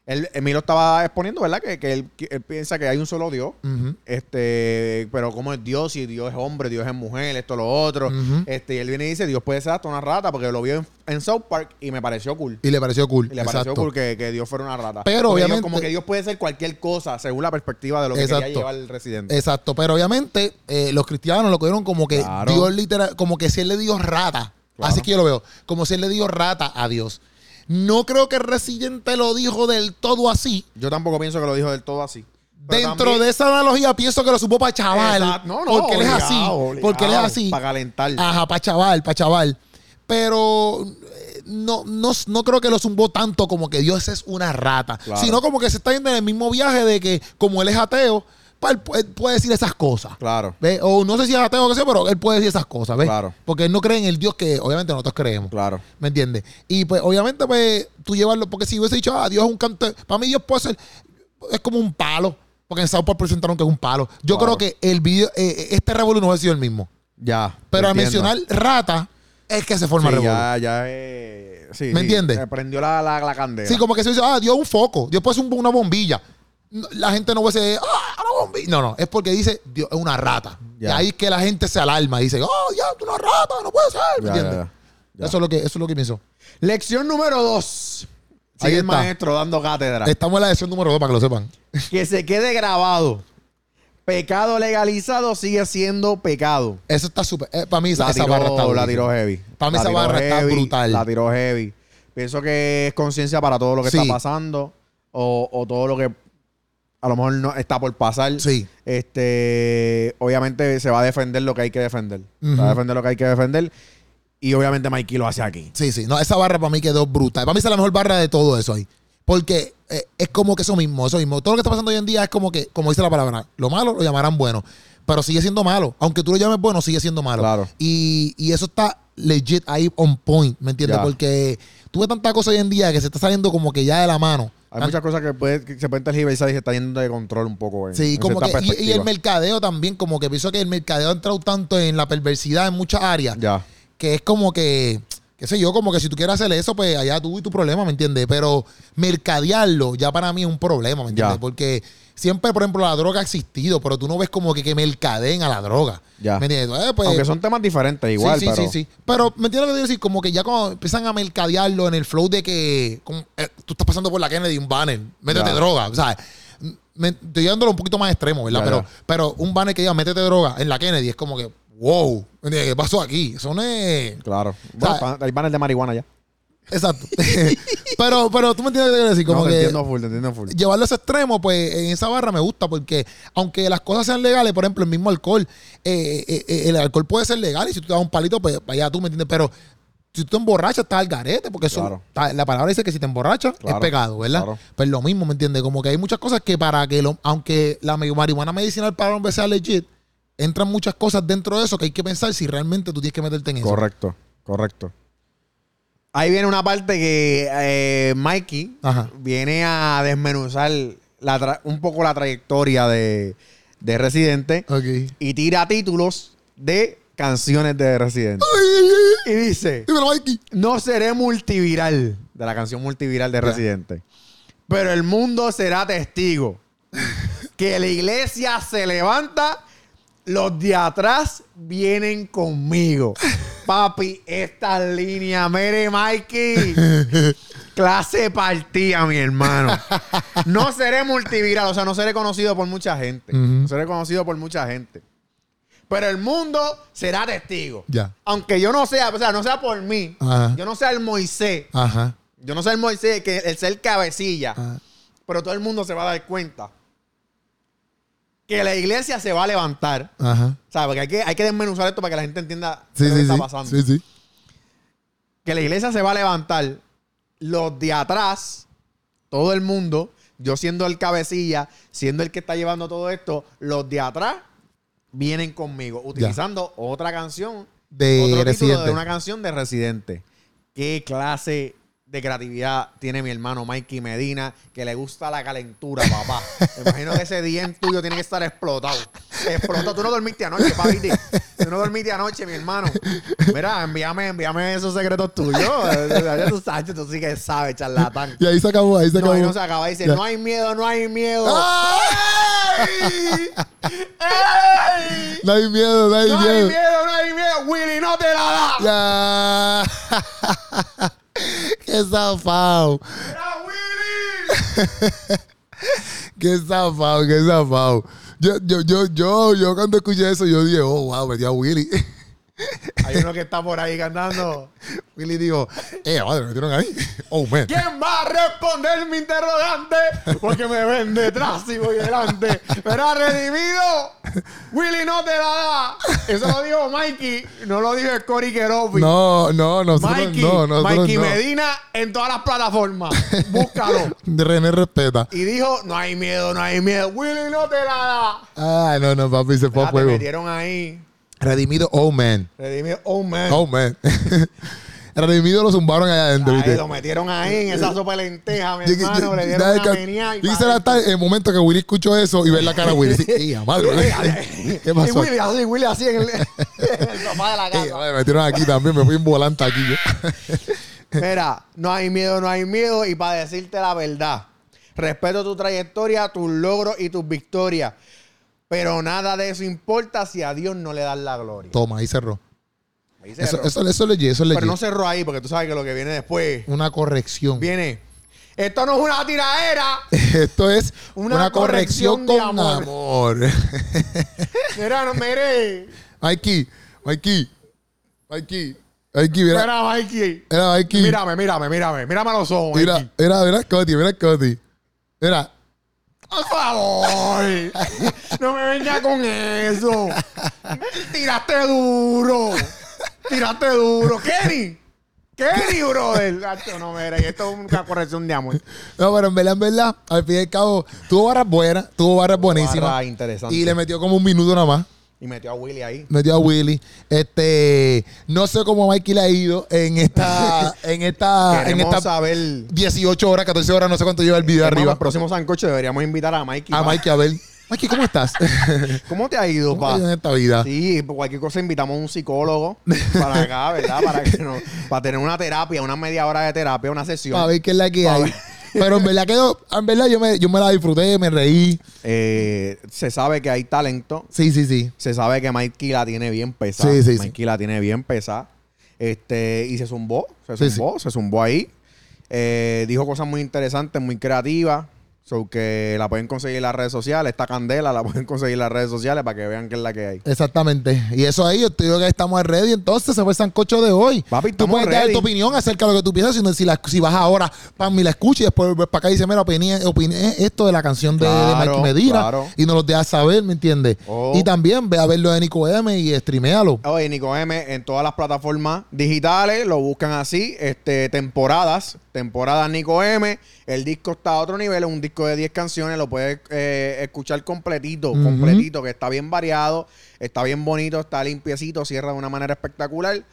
Speaker 2: Él, Emilio estaba exponiendo, ¿verdad? Que, que él, que él piensa que hay un solo Dios.
Speaker 1: Ujú.
Speaker 2: Este, pero ¿cómo es Dios? Si Dios es hombre, Dios es mujer, esto, lo otro.
Speaker 1: Ujú.
Speaker 2: Este, y él viene y dice, Dios puede ser hasta una rata, porque lo vio en, en South Park y me pareció cool.
Speaker 1: Y le pareció cool.
Speaker 2: Y le pareció
Speaker 1: exacto.
Speaker 2: cool que, que Dios fuera una
Speaker 1: Pero
Speaker 2: rata. Porque Dios-
Speaker 1: obviamente-
Speaker 2: como que Dios puede ser cualquier cosa, según la perspectiva de lo que quería
Speaker 1: Exacto. Eh,
Speaker 2: llevar el residente.
Speaker 1: Exacto, pero obviamente eh, los cristianos lo cogieron como que
Speaker 2: Claro.
Speaker 1: Dios literal, como que si él le dio rata.
Speaker 2: Claro.
Speaker 1: Así que yo lo veo, como si él le dio rata a Dios. No creo que Residente lo dijo del todo así.
Speaker 2: Yo tampoco pienso que lo dijo del todo así. Pero
Speaker 1: Dentro
Speaker 2: también-
Speaker 1: de esa analogía pienso que lo supo para chaval.
Speaker 2: Exacto. No, no,
Speaker 1: porque él es
Speaker 2: obligado,
Speaker 1: así.
Speaker 2: obligado,
Speaker 1: porque él es así. Ah.
Speaker 2: Para calentar.
Speaker 1: Ajá, para chaval, para chaval. Pero eh, no, no, no creo que lo zumbó tanto como que Dios es una rata.
Speaker 2: Claro.
Speaker 1: Sino como que se está yendo en el mismo viaje de que, como él es ateo, pues, él puede- puede decir esas cosas.
Speaker 2: Claro,
Speaker 1: ¿Ve? O no sé si es ateo o qué sé, pero él puede decir esas cosas, ¿ves?
Speaker 2: Claro.
Speaker 1: Porque él no cree en el Dios que obviamente nosotros creemos.
Speaker 2: claro.
Speaker 1: ¿Me entiendes? Y pues obviamente pues tú llevarlo, porque si hubiese dicho, ah, Dios es un canto, para mí Dios puede ser, es como un palo, porque en South Park presentaron que es un palo. Yo
Speaker 2: Claro.
Speaker 1: creo que el video, eh, este revolú no hubiese sido el mismo.
Speaker 2: Ya.
Speaker 1: Pero al
Speaker 2: entiendo.
Speaker 1: mencionar rata, es que se forma
Speaker 2: Sí,
Speaker 1: revolú.
Speaker 2: ya, ya. eh, sí,
Speaker 1: ¿Me
Speaker 2: sí,
Speaker 1: entiendes?
Speaker 2: eh, Prendió la, la, la candela.
Speaker 1: Sí, como que se dice, ah, Dios es un foco, Dios puede ser un- una bombilla. No, La gente no hubiese, ah, una bombilla. No, no, es porque dice, Dios es una rata.
Speaker 2: Ya.
Speaker 1: Y ahí es que la gente se alarma y dice, oh, ya, tú una rata, no puede ser, ¿me
Speaker 2: Ya,
Speaker 1: entiendes?
Speaker 2: ya, ya.
Speaker 1: Eso, es lo que, eso es lo que pienso.
Speaker 2: Lección número dos.
Speaker 1: Ahí
Speaker 2: Sigue el
Speaker 1: está.
Speaker 2: maestro dando cátedra.
Speaker 1: Estamos en la edición número 2 para que lo sepan.
Speaker 2: Que se quede grabado. Pecado legalizado sigue siendo pecado.
Speaker 1: Eso está súper. eh, para mí esa,
Speaker 2: La
Speaker 1: esa barra está
Speaker 2: tiró, la
Speaker 1: brutal.
Speaker 2: tiró heavy.
Speaker 1: Para mí
Speaker 2: La
Speaker 1: esa
Speaker 2: tiró
Speaker 1: barra está
Speaker 2: heavy,
Speaker 1: brutal.
Speaker 2: La tiró heavy. Pienso que es conciencia para todo lo que
Speaker 1: Sí.
Speaker 2: está pasando o, o todo lo que a lo mejor no está por pasar.
Speaker 1: Sí.
Speaker 2: Este, obviamente se va a defender lo que hay que defender. Se va
Speaker 1: Ujú.
Speaker 2: a defender lo que hay que defender. Y obviamente Mikey lo hace aquí.
Speaker 1: Sí, sí. No, esa barra para mí quedó brutal. Para mí esa es la mejor barra de todo eso ahí. Porque eh, es como que eso mismo, eso mismo. Todo lo que está pasando hoy en día es como que, como dice la palabra, lo malo lo llamarán bueno. Pero sigue siendo malo. Aunque tú lo llames bueno, sigue siendo malo.
Speaker 2: Claro.
Speaker 1: Y, y eso está legit ahí on point, ¿me entiendes?
Speaker 2: Ya.
Speaker 1: Porque tú ves tanta cosa hoy en día que se está saliendo como que ya de la mano.
Speaker 2: Hay
Speaker 1: Tan-
Speaker 2: muchas cosas que, puede- que se pueden tergiversar y se está yendo de control un poco. en-
Speaker 1: Sí,
Speaker 2: en
Speaker 1: como que.
Speaker 2: ciertas
Speaker 1: Y, y el
Speaker 2: perspectivas.
Speaker 1: mercadeo también, como que pienso que el mercadeo ha entrado tanto en la perversidad en muchas áreas.
Speaker 2: Ya.
Speaker 1: que es como que, qué sé yo, como que si tú quieres hacer eso, pues allá tú y tu problema, ¿me entiendes? Pero mercadearlo ya para mí es un problema, ¿me entiendes?
Speaker 2: Ya.
Speaker 1: Porque siempre, por ejemplo, la droga ha existido, pero tú no ves como que, que mercadeen a la droga.
Speaker 2: Ya.
Speaker 1: ¿Me entiendes? Eh, pues,
Speaker 2: Aunque son temas diferentes
Speaker 1: sí,
Speaker 2: igual,
Speaker 1: sí,
Speaker 2: pero...
Speaker 1: sí, sí. Pero, ¿me entiendes lo que quiero decir? Como que ya cuando empiezan a mercadearlo en el flow de que como, eh, tú estás pasando por la Kennedy un banner, métete
Speaker 2: Ya.
Speaker 1: droga, o sea... me- estoy llevándolo un poquito más extremo, ¿verdad?
Speaker 2: Ya,
Speaker 1: pero,
Speaker 2: ya.
Speaker 1: pero un banner que diga métete droga en la Kennedy es como que, wow, ¿me entiendes? ¿qué pasó aquí? Eso no es.
Speaker 2: Claro. Bueno,
Speaker 1: sea,
Speaker 2: hay panes de marihuana ya.
Speaker 1: Exacto. pero, pero tú me entiendes lo que quiero decir. Como
Speaker 2: no, te
Speaker 1: que
Speaker 2: entiendo full, te entiendo full.
Speaker 1: llevarlo a ese extremo, pues en esa barra me gusta porque aunque las cosas sean legales, por ejemplo, el mismo alcohol, eh, eh, eh, el alcohol puede ser legal y si tú te das un palito, pues allá tú me entiendes. Pero si tú te emborrachas, estás al garete, porque eso,
Speaker 2: Claro.
Speaker 1: está- la palabra dice que si te emborrachas
Speaker 2: Claro,
Speaker 1: es pecado, ¿verdad?
Speaker 2: claro.
Speaker 1: Pues lo mismo, ¿me entiendes? Como que hay muchas cosas que para que, lo, aunque la me- marihuana medicinal para el hombre sea legit, entran muchas cosas dentro de eso que hay que pensar si realmente tú tienes que meterte en eso.
Speaker 2: Correcto, correcto. Ahí viene una parte que eh, Mikey
Speaker 1: Ajá.
Speaker 2: viene a desmenuzar la tra- un poco la trayectoria de, de Residente
Speaker 1: Ok.
Speaker 2: y tira títulos de canciones de Residente. Y dice,
Speaker 1: Dímelo, Mikey.
Speaker 2: no seré multiviral, de la canción multiviral de
Speaker 1: Ya.
Speaker 2: Residente, pero el mundo será testigo que la iglesia se levanta, los de atrás vienen conmigo. Papi, esta línea, mere Mikey, clase partida, mi hermano. No seré multiviral, o sea, no seré conocido por mucha gente.
Speaker 1: Ujú.
Speaker 2: No seré conocido por mucha gente. Pero el mundo será testigo.
Speaker 1: Ya.
Speaker 2: Aunque yo no sea, o sea, no sea por mí,
Speaker 1: Ajá.
Speaker 2: yo no sea el Moisés,
Speaker 1: Ajá.
Speaker 2: yo no sea el Moisés, que el ser cabecilla,
Speaker 1: ajá.
Speaker 2: pero todo el mundo se va a dar cuenta que la iglesia se va a levantar.
Speaker 1: Ajá.
Speaker 2: ¿Sabes? Porque hay que, hay que desmenuzar esto para que la gente entienda
Speaker 1: Sí,
Speaker 2: lo que
Speaker 1: sí,
Speaker 2: está
Speaker 1: sí.
Speaker 2: pasando.
Speaker 1: Sí, sí.
Speaker 2: Que la iglesia se va a levantar, los de atrás, todo el mundo, yo siendo el cabecilla, siendo el que está llevando todo esto, los de atrás vienen conmigo, utilizando otra canción
Speaker 1: De
Speaker 2: otro título
Speaker 1: Residente.
Speaker 2: de una canción de Residente. ¿Qué clase de creatividad tiene mi hermano Mikey Medina, que le gusta la calentura, papá. Me imagino que ese día en tuyo tiene que estar explotado. Explotado. Tú no dormiste anoche, papi. Tú no dormiste anoche, mi hermano. Mira, envíame, envíame esos secretos tuyos. Ya tú sabes, tú sí que sabes, charlatán.
Speaker 1: Y ahí se acabó, ahí se
Speaker 2: No,
Speaker 1: acabó.
Speaker 2: ahí no se acaba. Dice,
Speaker 1: Ya. Ah.
Speaker 2: no hay miedo, no hay miedo.
Speaker 1: ¡Ay!
Speaker 2: ¡Ey!
Speaker 1: No hay miedo, no hay
Speaker 2: No hay
Speaker 1: miedo.
Speaker 2: miedo, no hay miedo. Willy, no te la da.
Speaker 1: Ya. Qué zafado.
Speaker 2: Mira, Willy.
Speaker 1: Qué zafado, qué zafado. Yo, yo, yo, yo, yo cuando escuché eso, yo dije, oh, wow, metí a Willy.
Speaker 2: Hay uno que está por ahí cantando.
Speaker 1: Willy dijo, eh, madre, me metieron ahí. Oh, man.
Speaker 2: ¿Quién va a responder mi interrogante? Porque me ven detrás y voy delante. Verá, redimido. Willy no te la da. Eso lo dijo Mikey. No lo dijo Cory Keropi.
Speaker 1: No, no, nosotros
Speaker 2: Mikey,
Speaker 1: no, nosotros
Speaker 2: Mikey
Speaker 1: no.
Speaker 2: Medina en todas las plataformas. Búscalo.
Speaker 1: René respeta.
Speaker 2: Y dijo, no hay miedo, no hay miedo. Willy no te la
Speaker 1: Ah, no, no, papi, se fue a
Speaker 2: da. Ah, Te
Speaker 1: fuego.
Speaker 2: metieron ahí.
Speaker 1: Redimido, oh, man.
Speaker 2: Redimido. Oh, man.
Speaker 1: Oh, man. Redimido lo zumbaron allá adentro,
Speaker 2: Ahí
Speaker 1: ¿viste?
Speaker 2: lo metieron ahí en esa sopa de lenteja, mi
Speaker 1: Eh, Yo- yo-
Speaker 2: hermano. Le
Speaker 1: yo-
Speaker 2: dieron
Speaker 1: nada de
Speaker 2: una
Speaker 1: can-
Speaker 2: venia y
Speaker 1: yo
Speaker 2: pa'
Speaker 1: quisiera estar en el momento que Willy escuchó eso y ver la cara de Willy. Sí, "Ea, madre, ¿Qué
Speaker 2: Y
Speaker 1: pasó?
Speaker 2: Willy así, Willy así en el, en el sofá de la
Speaker 1: Ey,
Speaker 2: casa.
Speaker 1: madre, me metieron aquí también, me fui en volante aquí. yo.
Speaker 2: Mira, no hay miedo, no hay miedo. Y para decirte la verdad, respeto tu trayectoria, tus logros y tus victorias. Pero nada de eso importa si a Dios no le das la gloria.
Speaker 1: Toma, ahí cerró.
Speaker 2: Me dice
Speaker 1: Eso,
Speaker 2: Ro-
Speaker 1: eso, eso leí, eso leí.
Speaker 2: pero no cerró ahí porque tú sabes que lo que viene después
Speaker 1: Una corrección.
Speaker 2: viene. Esto no es una tiradera.
Speaker 1: Esto es una,
Speaker 2: Una
Speaker 1: corrección,
Speaker 2: corrección de
Speaker 1: con amor.
Speaker 2: Mira, no, mire.
Speaker 1: Mikey, Mikey, Mikey, Mikey, mira,
Speaker 2: Mira, Mikey.
Speaker 1: mira, Mikey.
Speaker 2: Mírame, mírame, mírame. Mírame a los ojos,
Speaker 1: Mira,
Speaker 2: Mikey.
Speaker 1: mira, mira, Cody, mira, Cody. Mira,
Speaker 2: Por favor, no me venga con eso. Tiraste duro. Tiraste duro. Kenny. Kenny, brother. Nacho, no, mira, y esto es una corrección de amor.
Speaker 1: No, pero en verdad, en verdad, al fin y al cabo, tuvo barras buenas, tuvo barras buenísimas.
Speaker 2: Barra interesante.
Speaker 1: Y le metió como un minuto nada más.
Speaker 2: Y metió a Willy ahí.
Speaker 1: Metió a Willy. Este, no sé cómo Mikey le ha ido en esta, en esta, Ah, en
Speaker 2: Queremos
Speaker 1: esta
Speaker 2: saber.
Speaker 1: 18 horas, 14 horas, no sé cuánto lleva el video
Speaker 2: Es más, para
Speaker 1: arriba.
Speaker 2: el próximo sancocho deberíamos invitar a Mikey.
Speaker 1: A
Speaker 2: pa.
Speaker 1: Mikey, a ver. Mikey, ¿cómo estás?
Speaker 2: ¿Cómo te ha ido,
Speaker 1: ¿Cómo
Speaker 2: pa?
Speaker 1: te ha ido en esta vida?
Speaker 2: Sí, por cualquier cosa invitamos a un psicólogo para acá, ¿verdad? Para que no- para tener una terapia, una media hora de terapia, una sesión.
Speaker 1: Para ver qué es la que
Speaker 2: Pa'
Speaker 1: hay.
Speaker 2: ver.
Speaker 1: Pero en verdad quedó, en verdad yo me, yo me la disfruté, me reí.
Speaker 2: Eh, se sabe que hay talento.
Speaker 1: Sí, sí, sí.
Speaker 2: Se sabe que Mikey la tiene bien pesada.
Speaker 1: Sí, sí, sí.
Speaker 2: Mikey la tiene bien pesada. Este, y se zumbó, se
Speaker 1: Sí,
Speaker 2: zumbó, se zumbó ahí. Eh, dijo cosas muy interesantes, muy creativas. So que la pueden conseguir en las redes sociales. Esta candela la pueden conseguir en las redes sociales para que vean que es la que hay.
Speaker 1: Exactamente. Y eso ahí, yo te digo que estamos ready. Entonces, se fue el sancocho de hoy.
Speaker 2: Papi,
Speaker 1: tú
Speaker 2: estamos
Speaker 1: puedes dar
Speaker 2: ready.
Speaker 1: tu opinión acerca de lo que tú piensas. Si, no- si, la- si vas ahora, pam, y la escuchas y después vuelves para acá y dices, mira, opiné, opiné esto de la canción de, de
Speaker 2: Claro,
Speaker 1: Mike Medina.
Speaker 2: claro.
Speaker 1: Y nos lo dejas saber, ¿me entiendes?
Speaker 2: Oh.
Speaker 1: Y también ve a verlo de Nico M y streaméalo.
Speaker 2: Oye, Nico M en todas las plataformas digitales, lo buscan así, este, temporadas, temporadas Nico M, el disco está a otro nivel, es un disco de 10 canciones, lo puedes eh, escuchar completito,
Speaker 1: Ujú.
Speaker 2: completito, que está bien variado, está bien bonito, está limpiecito, cierra de una manera espectacular,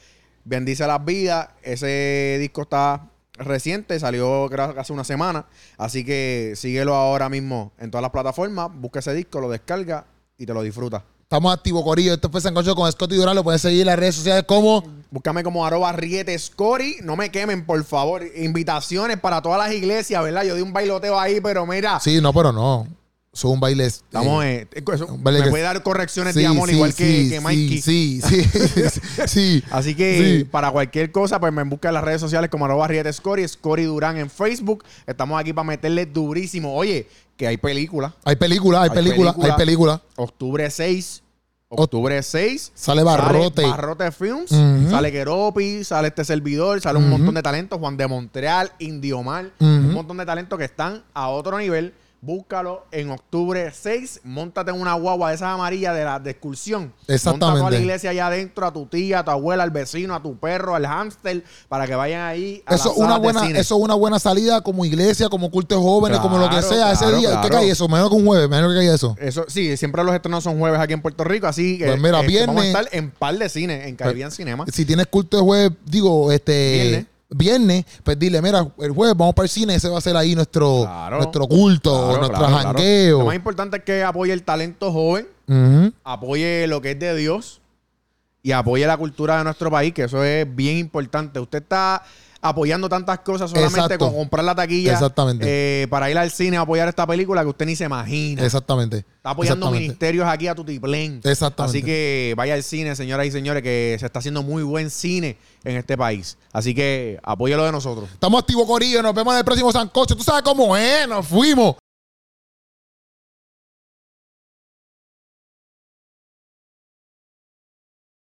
Speaker 2: bendice las vidas, ese disco está reciente, salió creo que hace una semana, así que síguelo ahora mismo en todas las plataformas, busca ese disco, lo descarga y te lo disfruta.
Speaker 1: Estamos activos, Corillo. Esto fue Sancocho con Scott y Durán. Lo puedes seguir en las redes sociales como.
Speaker 2: Búscame como arroba rietescori. No me quemen, por favor. Invitaciones para todas las iglesias, ¿verdad? Yo di un bailoteo ahí, pero mira.
Speaker 1: Sí, no, pero no. Son un baile.
Speaker 2: Estamos eh, eso,
Speaker 1: Vale
Speaker 2: me
Speaker 1: que-
Speaker 2: puede dar correcciones
Speaker 1: Sí,
Speaker 2: de amor
Speaker 1: sí,
Speaker 2: igual que,
Speaker 1: sí,
Speaker 2: que Mikey.
Speaker 1: Sí, sí, sí. sí.
Speaker 2: Así que
Speaker 1: Sí.
Speaker 2: para cualquier cosa, pues me buscan en las redes sociales como arroba rietescori, Scori Durán en Facebook. Estamos aquí para meterle durísimo. Oye, que hay película.
Speaker 1: Hay película, hay
Speaker 2: Hay
Speaker 1: película, hay
Speaker 2: película.
Speaker 1: película.
Speaker 2: Octubre 6. Octubre 6.
Speaker 1: Sale Barrote.
Speaker 2: Sale Barrote Films.
Speaker 1: Ujú.
Speaker 2: Sale Keropi, sale este servidor, sale un montón de talentos. Juan de Montreal, Indiomar. Un montón de talentos que están a otro nivel. Búscalo en octubre 6. Móntate en una guagua de esas amarillas de la de excursión.
Speaker 1: Exactamente.
Speaker 2: Monta a toda la iglesia allá adentro, a tu tía, a tu abuela, al vecino, a tu perro, al hámster, para que vayan ahí a
Speaker 1: Eso
Speaker 2: las
Speaker 1: es una
Speaker 2: salas de
Speaker 1: buena,
Speaker 2: cine.
Speaker 1: eso es una buena salida como iglesia, como culto de jóvenes, como lo que
Speaker 2: Claro,
Speaker 1: sea. Ese
Speaker 2: claro,
Speaker 1: día, ¿qué
Speaker 2: claro.
Speaker 1: cae eso? Menos que un jueves, menos que cae eso.
Speaker 2: Eso, sí, siempre los estrenos son jueves aquí en Puerto Rico, así que
Speaker 1: Pues mira,
Speaker 2: este, vamos a
Speaker 1: viernes- Pues,
Speaker 2: estar en par de cines, en Caribbean Cinema.
Speaker 1: Si tienes culto de jueves, digo, este
Speaker 2: Viernes.
Speaker 1: viernes, pues dile, mira, el jueves vamos para el cine, ese va a ser ahí nuestro,
Speaker 2: Claro.
Speaker 1: nuestro culto, nuestro jangueo.
Speaker 2: Lo más importante es que apoye el talento joven,
Speaker 1: Ujú.
Speaker 2: apoye lo que es de Dios y apoye la cultura de nuestro país, que eso es bien importante. Usted está apoyando tantas cosas solamente
Speaker 1: Exacto.
Speaker 2: con comprar la taquilla
Speaker 1: Exactamente.
Speaker 2: eh, para ir al cine a apoyar esta película que usted ni se imagina.
Speaker 1: Exactamente.
Speaker 2: Está apoyando
Speaker 1: Exactamente.
Speaker 2: ministerios aquí a Tutiplén.
Speaker 1: Exactamente.
Speaker 2: Así que vaya al cine, señoras y señores, que se está haciendo muy buen cine en este país. Así que apóyelo de nosotros.
Speaker 1: Estamos activos, Corillo. Nos vemos en el próximo Sancocho. Tú sabes cómo es. Nos fuimos.